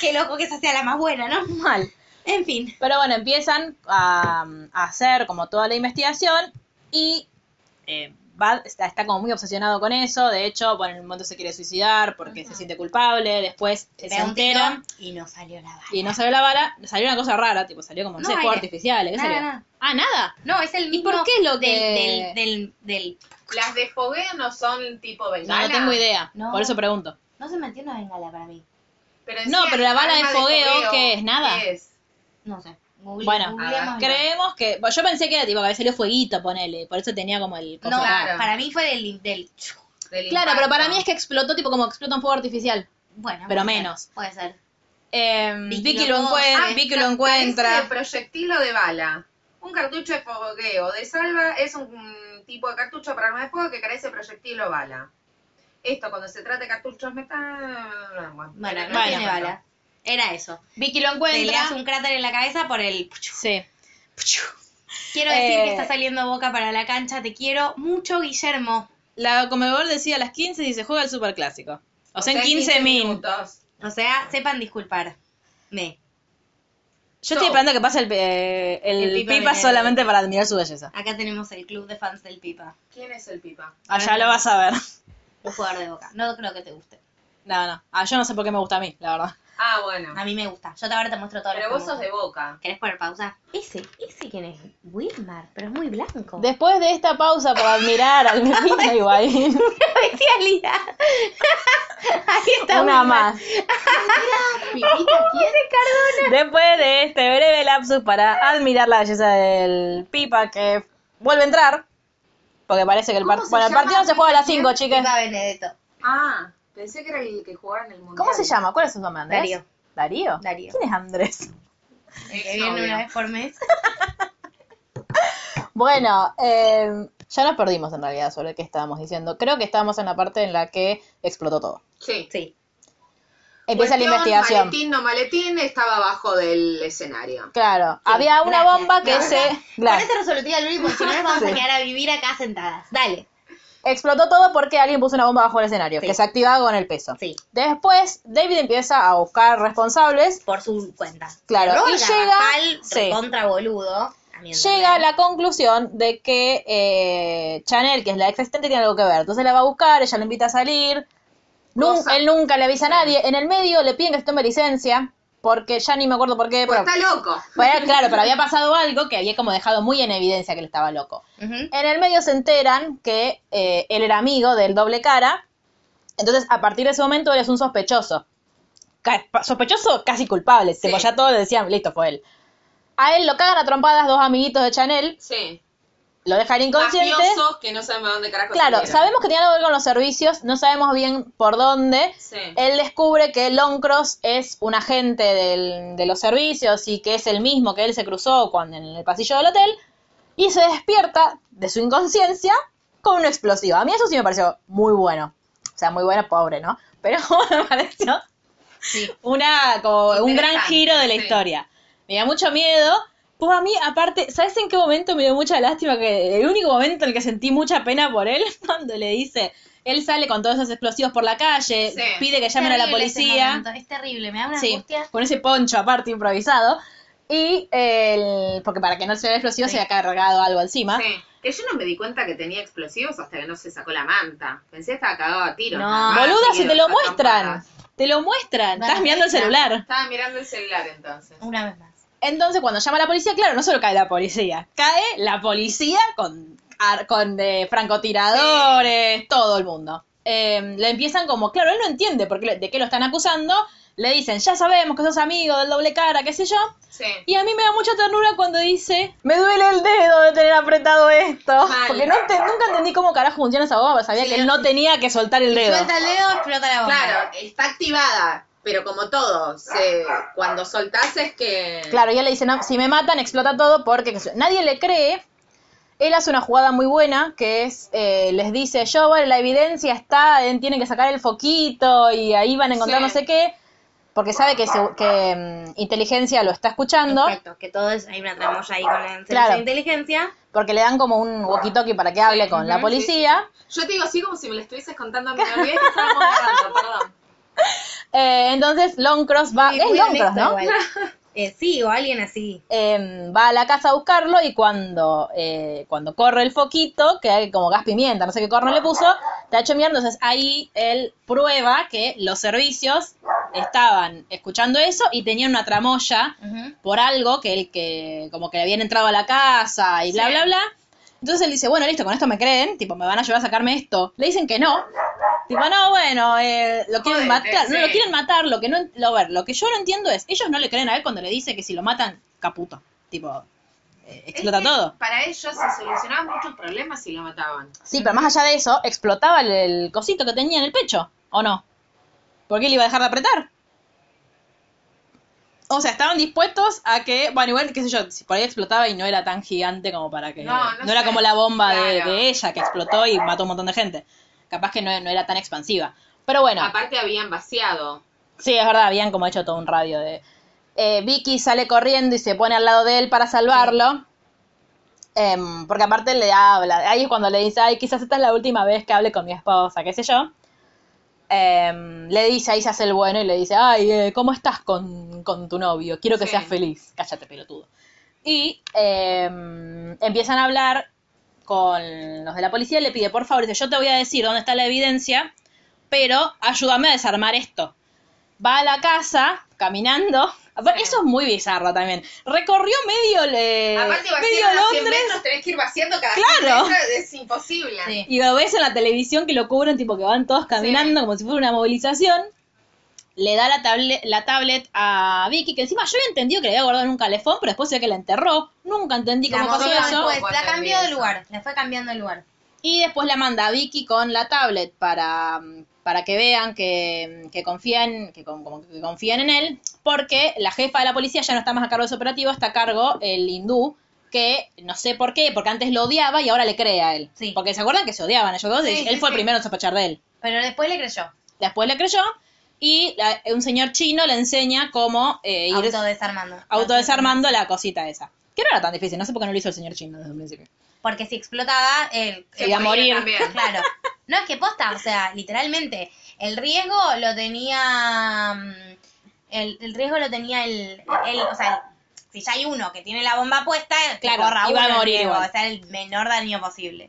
Qué loco que esa sea la más buena, ¿no?
Mal.
En fin.
Pero bueno, empiezan a, a hacer como toda la investigación y eh, va, está, está como muy obsesionado con eso. De hecho, bueno, en un momento se quiere suicidar porque se siente culpable. Después
Se
se,
pega un tiro
entera
y no salió la bala.
y no salió la bala. Salió una cosa rara, tipo salió como, no,
No,
sé, fuego
aire.
artificial. ¿qué
Nada,
salió?
nada.
Ah, nada.
No, es el mismo.
por qué lo que-
Del, del, del, del-
Las de fogueo no son tipo
No,
bengala.
no tengo idea.
No.
Por eso pregunto.
No se metió una bengala para mí.
Pero
No,
decía,
pero la bala de
arma
fogueo, ¿qué es? Nada.
¿qué es?
No sé. Google,
Bueno,
googleémoslo.
Creemos que. bueno, yo pensé que era tipo que había salido fueguito, ponele. Por eso tenía como el.
No,
coso raro.
claro.
para mí fue del. del
Del
Claro, pero para
impacto.
mí es que explotó tipo como explota un fuego artificial.
bueno,
Pero
puede ser,
menos.
puede ser.
Eh,
Vicky
Vicky
lo
lo, encuen-
coge.
Vicky
Ah,
lo
parece De
encuentra.
proyectil o de bala. Un cartucho de fogueo de salva es un mm, tipo de cartucho para arma de fuego que carece de proyectil o bala. Esto cuando se trata de cartuchos metal. Bueno,
Bueno, no
Bueno.
tiene bala. Era eso.
Vicky lo
Te le hace
encuentra.
un cráter en la cabeza por el.
Sí.
Quiero decir
Eh,
que está saliendo boca para la cancha. Te quiero mucho, Guillermo.
La Comebol decía a las 15 y se juega el superclásico. O, sea, en 15, min.
minutos.
O sea, sepan disculpar. Me.
Yo estoy esperando que pase el, eh, el
El Pipa
pipa,
Minerva.
solamente para admirar su belleza.
Acá tenemos el club de fans del Pipa.
¿Quién es el pipa?
Allá lo vas a ver. *laughs*
Un jugador de boca. No creo que te guste.
No, no. Ah, yo no sé por qué me gusta a mí, la verdad.
Ah, bueno.
A mí me gusta. Yo te- ahora te muestro todo
Pero vos sos de boca.
¿Querés poner pausa? Ese, ese quién es. Whitmar, pero es muy blanco.
Después de esta pausa para admirar *laughs* al Mejita Higuaín,
Bestialidad. Ahí está.
una
Whitmar.
más.
¿Pipita
*laughs*
quién?
Después de este breve lapsus para admirar la belleza del Pipa que vuelve a entrar. Porque parece que el, par-
¿Cómo se
bueno, el
llama?
partido se juega a las 5,
Pipa
chicas.
Benedetto.
Ah, pensé que era el que jugaba en el mundial.
¿Cómo se llama? ¿Cuál es su nombre, Andrés?
Darío.
¿Darío?
Darío.
¿Quién es Andrés?
El que viene una vez por mes.
Bueno, eh, ya nos perdimos en realidad sobre qué estábamos diciendo. Creo que estábamos en la parte en la que explotó todo.
Sí.
Sí.
Empieza la
Cuestión,
investigación.
Maletín no maletín estaba abajo del escenario.
Claro, había una
gracias.
bomba que
Gracias.
se...
Con
Claro.
esa resolutiva, Luli, porque si no nos vamos
*laughs*
a
Sí.
quedar a vivir acá sentadas. Dale.
Explotó todo porque alguien puso una bomba bajo el escenario,
Sí.
que se activaba con el peso.
Sí.
Después, David empieza a buscar responsables.
Por su cuenta.
Claro,
Pero
y
Olga
llega-
Rapal,
sí.
Contra boludo. a mi
Llega a
entender.
la conclusión de que eh, Chanel, que es la ex asistente, tiene algo que ver. Entonces la va a buscar, ella lo invita a salir. Nun-
Cosa.
él nunca le avisa a nadie. En el medio le piden que se tome licencia, porque ya ni me acuerdo por qué.
Pues
pero-
está loco.
Bueno, claro, pero había pasado algo que había como dejado muy en evidencia que él estaba loco.
Ujú.
En el medio se enteran que eh, él era amigo del doble cara. Entonces, a partir de ese momento, él es un sospechoso. Ca- sospechoso, casi culpable. Tipo, ya todos le decían, listo, fue él. A él lo cagan a trompadas dos amiguitos de Chanel,
Sí.
lo dejan inconsciente.
Mafiosos que no sabemos dónde carajo
Claro,
salieron.
sabemos que tenía algo que ver con los servicios, no sabemos bien por dónde.
Sí.
Él descubre que Longcross es un agente del- de los servicios y que es el mismo que él se cruzó cuando en el pasillo del hotel y se despierta de su inconsciencia con un explosivo. A mí eso sí me pareció muy bueno. O sea, muy bueno, pobre, ¿no? Pero *laughs* me pareció una, como un gran
Interesante,
giro de la
sí.
historia. Me da mucho miedo. Pues a mí, aparte, ¿sabes en qué momento me dio mucha lástima? Que el único momento en el que sentí mucha pena por él, *laughs* cuando le dice, él sale con todos esos explosivos por la calle,
Sí.
pide que llamen a la
Terrible ese
policía.
momento, Es terrible, me da una
Sí,
angustia.
con ese poncho aparte improvisado. Y el. Porque para que no se vea el explosivo
Sí.
se ha cargado algo encima.
Sí. Que yo no me di cuenta que tenía explosivos hasta que no se sacó la manta. Pensé que estaba cagado a tiros.
No.
nada más,
Boluda,
así
si
que
te lo
los
muestran.
atrompadas.
Te lo muestran.
Bueno,
Estás mirando el
sí, claro.
celular.
Estaba mirando el celular entonces.
Una vez más.
Entonces, cuando llama a la policía, claro, no solo cae la policía. Cae la policía con, ar- con eh, francotiradores, todo el mundo. Eh, le empiezan como, claro, él no entiende por qué lo- de qué lo están acusando. Le dicen, ya sabemos que sos amigo del doble cara, qué sé yo.
Sí.
Y a mí me da mucha ternura cuando dice, me duele el dedo de tener apretado esto.
Mal.
Porque no ente- nunca entendí cómo carajo funciona esa bomba, pero sabía
Sí,
que él
no-
no tenía que soltar el dedo.
Suelta el dedo, explota la bomba.
Claro, está activada, pero como todo, se- cuando soltás es que...
Claro, y él le dice, no, si me matan, explota todo porque nadie le cree. Él hace una jugada muy buena, que es, eh, les dice, yo, bueno, la evidencia está, en- tienen que sacar el foquito y ahí van a encontrar
Sí.
no sé qué, porque sabe que, se- que, mm, inteligencia lo está escuchando,
Exacto, que todo es, hay una tramoya ahí con la servicio
Claro.
de inteligencia.
porque le dan como un walkie-talkie para que hable con la
ujú, sí,
policía.
Yo te digo así como si me lo estuvieses contando a mí. Me olvidé que estábamos grabando, perdón.
Eh, entonces Longcross va,
Y
es
cuidan
Longcross,
esto
*laughs* ¿no?
igual. Eh, sí, o alguien así.
Em, va a la casa a buscarlo y cuando, eh, cuando corre el foquito, que hay como gas pimienta, no sé qué corno le puso, está hecho mierda. Entonces ahí él prueba que los servicios estaban escuchando eso y tenían una tramoya
Ujú.
por algo que él que como que le habían entrado a la casa y bla
Sí.
bla bla. Entonces él dice, bueno, listo, con esto me creen, tipo, me van a ayudar a sacarme esto. Le dicen que no. Tipo, no, bueno, eh, lo quieren
Jodete,
matar, no
sí.
lo quieren matar, lo que no, en- lo, a ver, lo que yo no entiendo es, ellos no le creen a él cuando le dice que si lo matan, caputo, tipo, eh, *laughs* explota
Es que
todo.
Para ellos se solucionaban muchos problemas si lo mataban.
Sí, pero más allá de eso, explotaba el, el cosito que tenía en el pecho, ¿o no? Porque él iba a dejar de apretar. O sea, estaban dispuestos a que, bueno, igual, qué sé yo, si por ahí explotaba y no era tan gigante como para que...
No, no
era
sé,
como la bomba de,
claro.
de ella que explotó y mató un montón de gente. Capaz que no, no era tan expansiva. Pero bueno,
Aparte habían vaciado.
sí, es verdad, habían como hecho todo un radio de... Eh, Vicky sale corriendo y se pone al lado de él para salvarlo. Em, porque aparte le habla, ahí es cuando le dice, ay, quizás esta es la última vez que hable con mi esposa, qué sé yo. Em, le dice, ahí se hace el bueno y le dice, ay, eh, ¿cómo estás con, con tu novio? Quiero que
Sí.
seas feliz, cállate pelotudo. Y em, empiezan a hablar con los de la policía, le pide, por favor, dice, yo te voy a decir dónde está la evidencia, pero ayúdame a desarmar esto. Va a la casa caminando. Aparte, Eso es muy bizarro también. Recorrió medio, le,
Aparte
medio
vaciaban a 100
Londres.
metros, tenés que ir vaciando cada
Claro.
100 metros, es imposible.
Sí.
Y lo ves en la televisión que lo cubren, tipo que van todos caminando como si fuera una movilización. Le da la, table- la tablet a Vicky, que encima yo había entendido que le había guardado en un calefón, pero después se ve que la enterró. Nunca entendí
La
cómo pasó
movió
eso.
después, la cambió de
Eso.
lugar, la fue cambiando de lugar.
Y después la manda a Vicky con la tablet para, para que vean que, que confían, que, con- como que confían en él, porque la jefa de la policía ya no está más a cargo de ese operativo, está a cargo el hindú, que no sé por qué, porque antes lo odiaba y ahora le cree a él.
Sí.
Porque se acuerdan que se odiaban ellos dos,
Sí,
él
sí,
fue el
sí.
primero en sospechar de él.
Pero después le creyó.
Después le creyó y la- un señor chino le enseña cómo eh, ir
Autodesarmando.
autodesarmando la cosita esa. Que no era tan difícil, no sé por qué no lo hizo el señor chino desde un principio.
Porque si explotaba, él.
Se iba a morir. *laughs*
también.
Claro. No es que posta, o sea, literalmente, el riesgo lo tenía. mm, El, el riesgo lo tenía el, el- O sea, si ya hay uno que tiene la bomba puesta,
Claro,
corra
iba a
uno el
morir
riesgo,
igual.
O sea, el menor daño posible.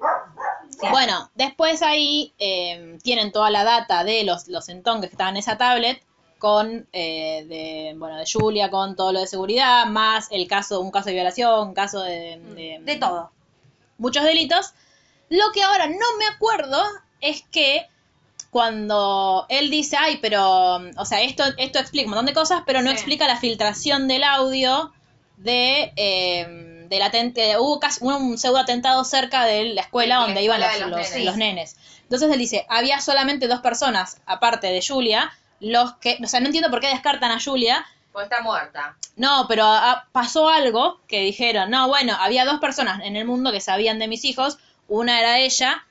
Sí.
Bueno, después ahí eh, tienen toda la data de los, los entonques que estaban en esa tablet con eh, de bueno de Julia con todo lo de seguridad más el caso un caso de violación un caso de, de-
De todo.
muchos delitos. Lo que ahora no me acuerdo es que cuando él dice, ay, pero, o sea, esto, esto explica un montón de cosas, pero no
Sí.
explica la filtración del audio de, eh, del atent- que hubo casi un, pseudo atentado cerca de la escuela
De la
donde iban los,
escuela de los
los-
nenes.
los nenes. Entonces él dice, había solamente dos personas, aparte de Julia, los que, o sea, no entiendo por qué descartan a Julia,
Porque Pues está muerta.
no, pero ah, pasó algo que dijeron, no, bueno, había dos personas en el mundo que sabían de mis hijos, una era ella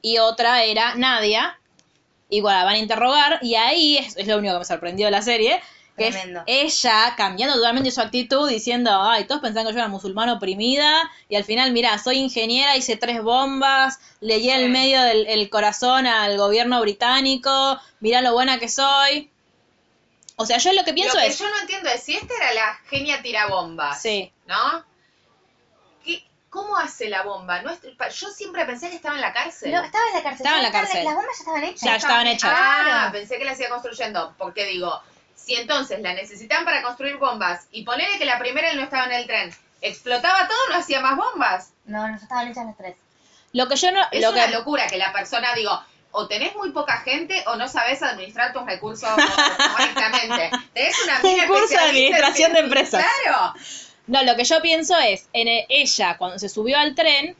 y otra era Nadia, y bueno, la van a interrogar, y ahí es, es lo único que me sorprendió de la serie, que es
Tremendo.
ella cambiando totalmente su actitud, diciendo, ay, todos pensaban que yo era musulmana oprimida, y al final, mirá, soy ingeniera, hice tres bombas, leí en el
Sí.
medio del el corazón al gobierno británico, mirá lo buena que soy. O sea, yo lo que pienso
Lo que
es...
yo no entiendo es si esta era la genia tirabombas,
Sí.
¿no? ¿Qué- ¿Cómo hace la bomba? No es- pa- yo siempre pensé que estaba en la cárcel.
No, estaba en la cárcel.
Estaba en la
ya
cárcel.
Las bombas ya estaban hechas.
Ya estaban hechas.
Ah,
Claro.
pensé que la hacía construyendo, porque digo, si entonces la necesitan para construir bombas y ponele que la primera él no estaba en el tren, explotaba todo, no hacía más bombas.
No, no, ya estaban hechas las tres.
Lo que yo no.
Es
lo
una
que,
locura que la persona, digo, o tenés muy poca gente o no sabes administrar tus
*laughs*
recursos correctamente. Tenés una
Un
mina
curso de
especialista en-
administración de empresas.
Claro.
no, lo que yo pienso es, en e- ella, cuando se subió al tren,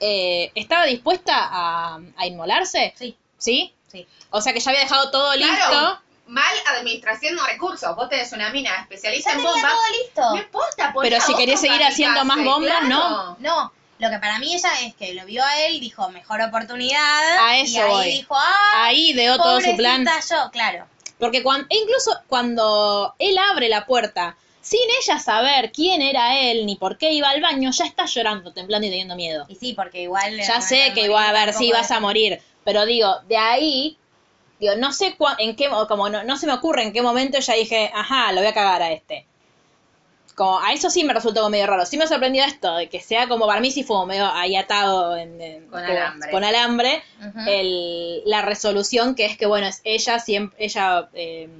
eh, ¿estaba dispuesta a, a inmolarse?
Sí.
¿Sí?
Sí.
O sea que ya había dejado todo
Claro,
listo.
mal administración de recursos. Vos tenés una mina
Ya
especialista en
tenía
bombas.
todo
No
listo.
importa, ponle
Pero
a
si
otro
querés seguir haciendo más
kamikaze,
bombas, no.
claro.
No, lo que para mí ella es que lo vio a él, dijo mejor oportunidad.
A eso
y ahí
voy.
dijo, ah,
Ahí ideó todo su plan.
pobrecita yo, claro.
Porque cuando, e incluso cuando él abre la puerta, sin ella saber quién era él ni por qué iba al baño, ya está llorando, temblando y teniendo miedo.
Y sí, porque igual.
Ya sé que igual a ver si vas a morir, pero digo, de ahí, digo, no sé cua- en qué, mo- como no, no se me ocurre en qué momento ya dije, ajá, lo voy a cagar a este. como a eso sí me resultó como medio raro. Sí me sorprendió esto, de que sea como Barmisifo, medio ahí atado en, en-
Con
como-
alambre.
con alambre,
Ujú.
el- la resolución que es que, bueno, es ella siempre, ella... eh,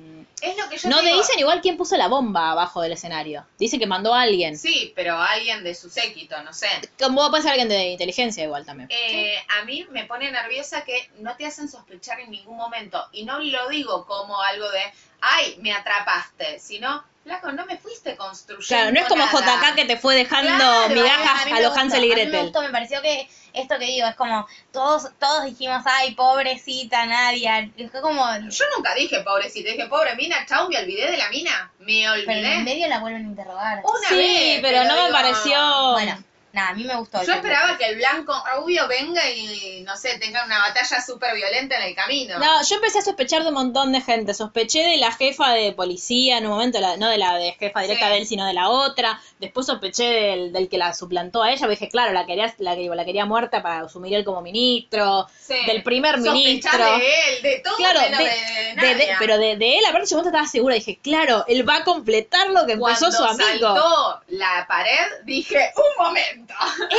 Es lo que yo
no te
digo.
dicen igual quién puso la bomba abajo del escenario. Dicen que mandó a alguien.
Sí, pero alguien de su séquito, no sé.
Como puede ser alguien de inteligencia igual también.
Eh, A mí me pone nerviosa que no te hacen sospechar en ningún momento. Y no lo digo como algo de, ay, me atrapaste, sino, flaco, no me fuiste construyendo.
Claro, no es como
nada.
JK que te fue dejando
Claro,
migajas
mí
a,
me
los
gustó,
Hansel y
A mí me
Gretel.
gustó, me pareció que esto que digo es como todos todos dijimos, ay, pobrecita Nadia. Es que como,
Yo nunca dije pobrecito, dije pobre mina, chau, me olvidé de la mina. Me
pero en el
olvidé.
medio la vuelven a interrogar.
Una
Sí,
vez,
pero, no me
digo,
pareció.
Bueno, nada, a mí me gustó.
Yo esperaba que el blanco rubio venga y, no sé, tenga una batalla súper violenta en el camino.
No, yo empecé a sospechar de un montón de gente. Sospeché de la jefa de policía en un momento, la- no de la de jefa directa
Sí.
de él, sino de la otra. Después sospeché del, del que la suplantó a ella. porque Dije, claro, la quería, la, que- la quería muerta para asumir él como ministro.
Sí.
Del primer
Sospechar
ministro.
de él, de todo
Claro,
menos
de-
de,
De- de-
Nadia.
pero de, de él, aparte, yo no estaba segura. Dije, claro, él va a completar lo que empezó
Cuando
su amigo.
saltó la pared, dije, un momento.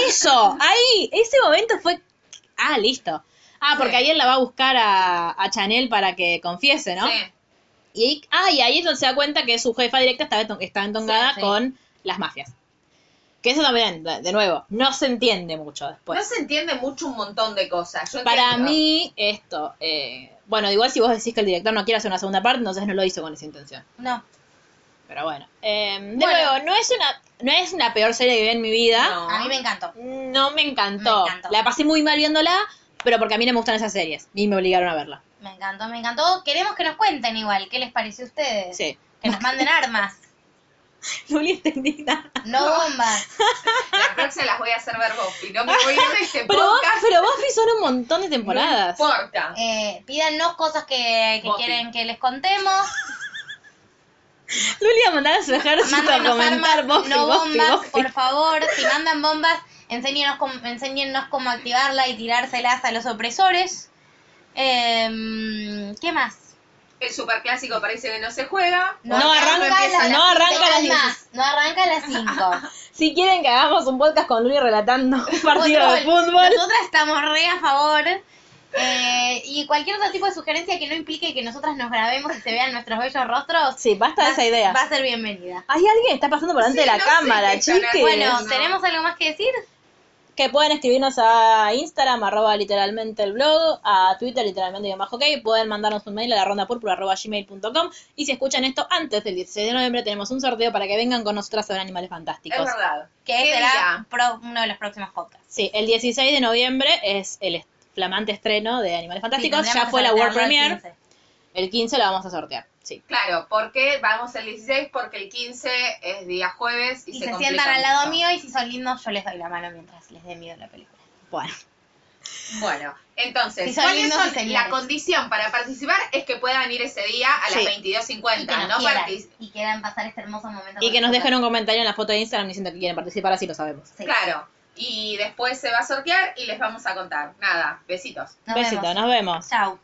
Eso, ahí, ese momento fue. Ah, listo. Ah, porque
Sí.
ahí él la va a buscar a, a Chanel para que confiese, ¿no?
Sí.
Y ahí, ah, y ahí es donde se da cuenta que su jefa directa está, beton- está entongada
Sí, sí.
con las mafias. Que eso también, de de nuevo, no se entiende mucho después.
no se entiende mucho un montón de cosas. Yo
Para
entiendo.
mí, esto. eh, bueno, igual si vos decís que el director no quiere hacer una segunda parte, entonces no lo hizo con esa intención.
No,
Pero bueno. Eh, de
Bueno.
nuevo, no es, una, no es la peor serie que vi en mi vida.
No.
a mí me encantó.
No me encantó.
Me encantó.
La pasé muy mal viéndola, pero porque a mí no me gustan esas series. Y me obligaron a verla.
Me encantó, me encantó. Queremos que nos cuenten igual, ¿qué les pareció a ustedes?
Sí.
Que nos manden armas,
No le entendí nada.
no bombas.
La próxima las voy a hacer ver Buffy. No me voy a ir de este
Pero,
podcast.
pero Buffy son un montón de
No
temporadas.
importa.
Eh, pídanos cosas que, que
Buffy.
quieren que les
*laughs*
contemos.
Luli a mandar a su ejército a
Mándenos
comentar
armas,
Buffy,
no
Buffy,
bombas,
Buffy.
por favor. Si mandan bombas, enséñenos cómo, enséñennos cómo activarla y tirárselas a los opresores. Em, ¿Qué más?
El superclásico parece que no se juega.
No arranca
empieza
la- no arranca
cinco,
las
calma,
diez.
No arranca a las 5.
Si quieren que hagamos un podcast con Luli relatando un *laughs* partido de fútbol.
Nosotras estamos re a favor. Eh, y cualquier otro tipo de sugerencia que no implique que nosotras nos grabemos y se vean nuestros bellos rostros.
Sí, basta de esa idea.
Va a ser bienvenida.
Hay alguien que está pasando por delante
Sí,
de la
no sé
cámara,
qué están
chiques.
Bueno,
no.
¿tenemos algo más que decir?
Que pueden escribirnos a Instagram, arroba literalmente el blog, a Twitter, literalmente y bajo ok. Pueden mandarnos un mail a la ronda púrpura, arroba gmail.com. Y si escuchan esto antes del 16 de noviembre, tenemos un sorteo para que vengan con nosotras a ver animales
Es
fantásticos.
verdad.
Que
¿Qué
será
día?
pro- uno de los próximos podcasts.
Sí, el 16 de noviembre es el est- flamante estreno de Animales Fantásticos.
tendremos
ya
que
fue la
sortearlo
World
el
Premiere.
15.
El 15 la vamos a sortear. Sí.
Claro, porque vamos el 16, porque el 15 es día jueves y,
Y,
se,
se,
complica
sientan al lado
mucho.
mío y si son lindos yo les doy la mano mientras les dé miedo la película.
Bueno.
Bueno, entonces,
Sí, son
¿cuáles
lindos
son?
y señores.
La condición para participar es que puedan ir ese día a las
Sí.
Y que,
22.50,
nos
no
quieran,
partic-
y quieran pasar este hermoso momento.
Y
con
que nos
nosotros.
dejen un comentario en la foto de Instagram diciendo que quieren participar, así lo sabemos.
Sí.
Claro. Y después se va a sortear y les vamos a contar. Nada, besitos.
Nos
Besito,
vemos.
nos vemos.
Chau.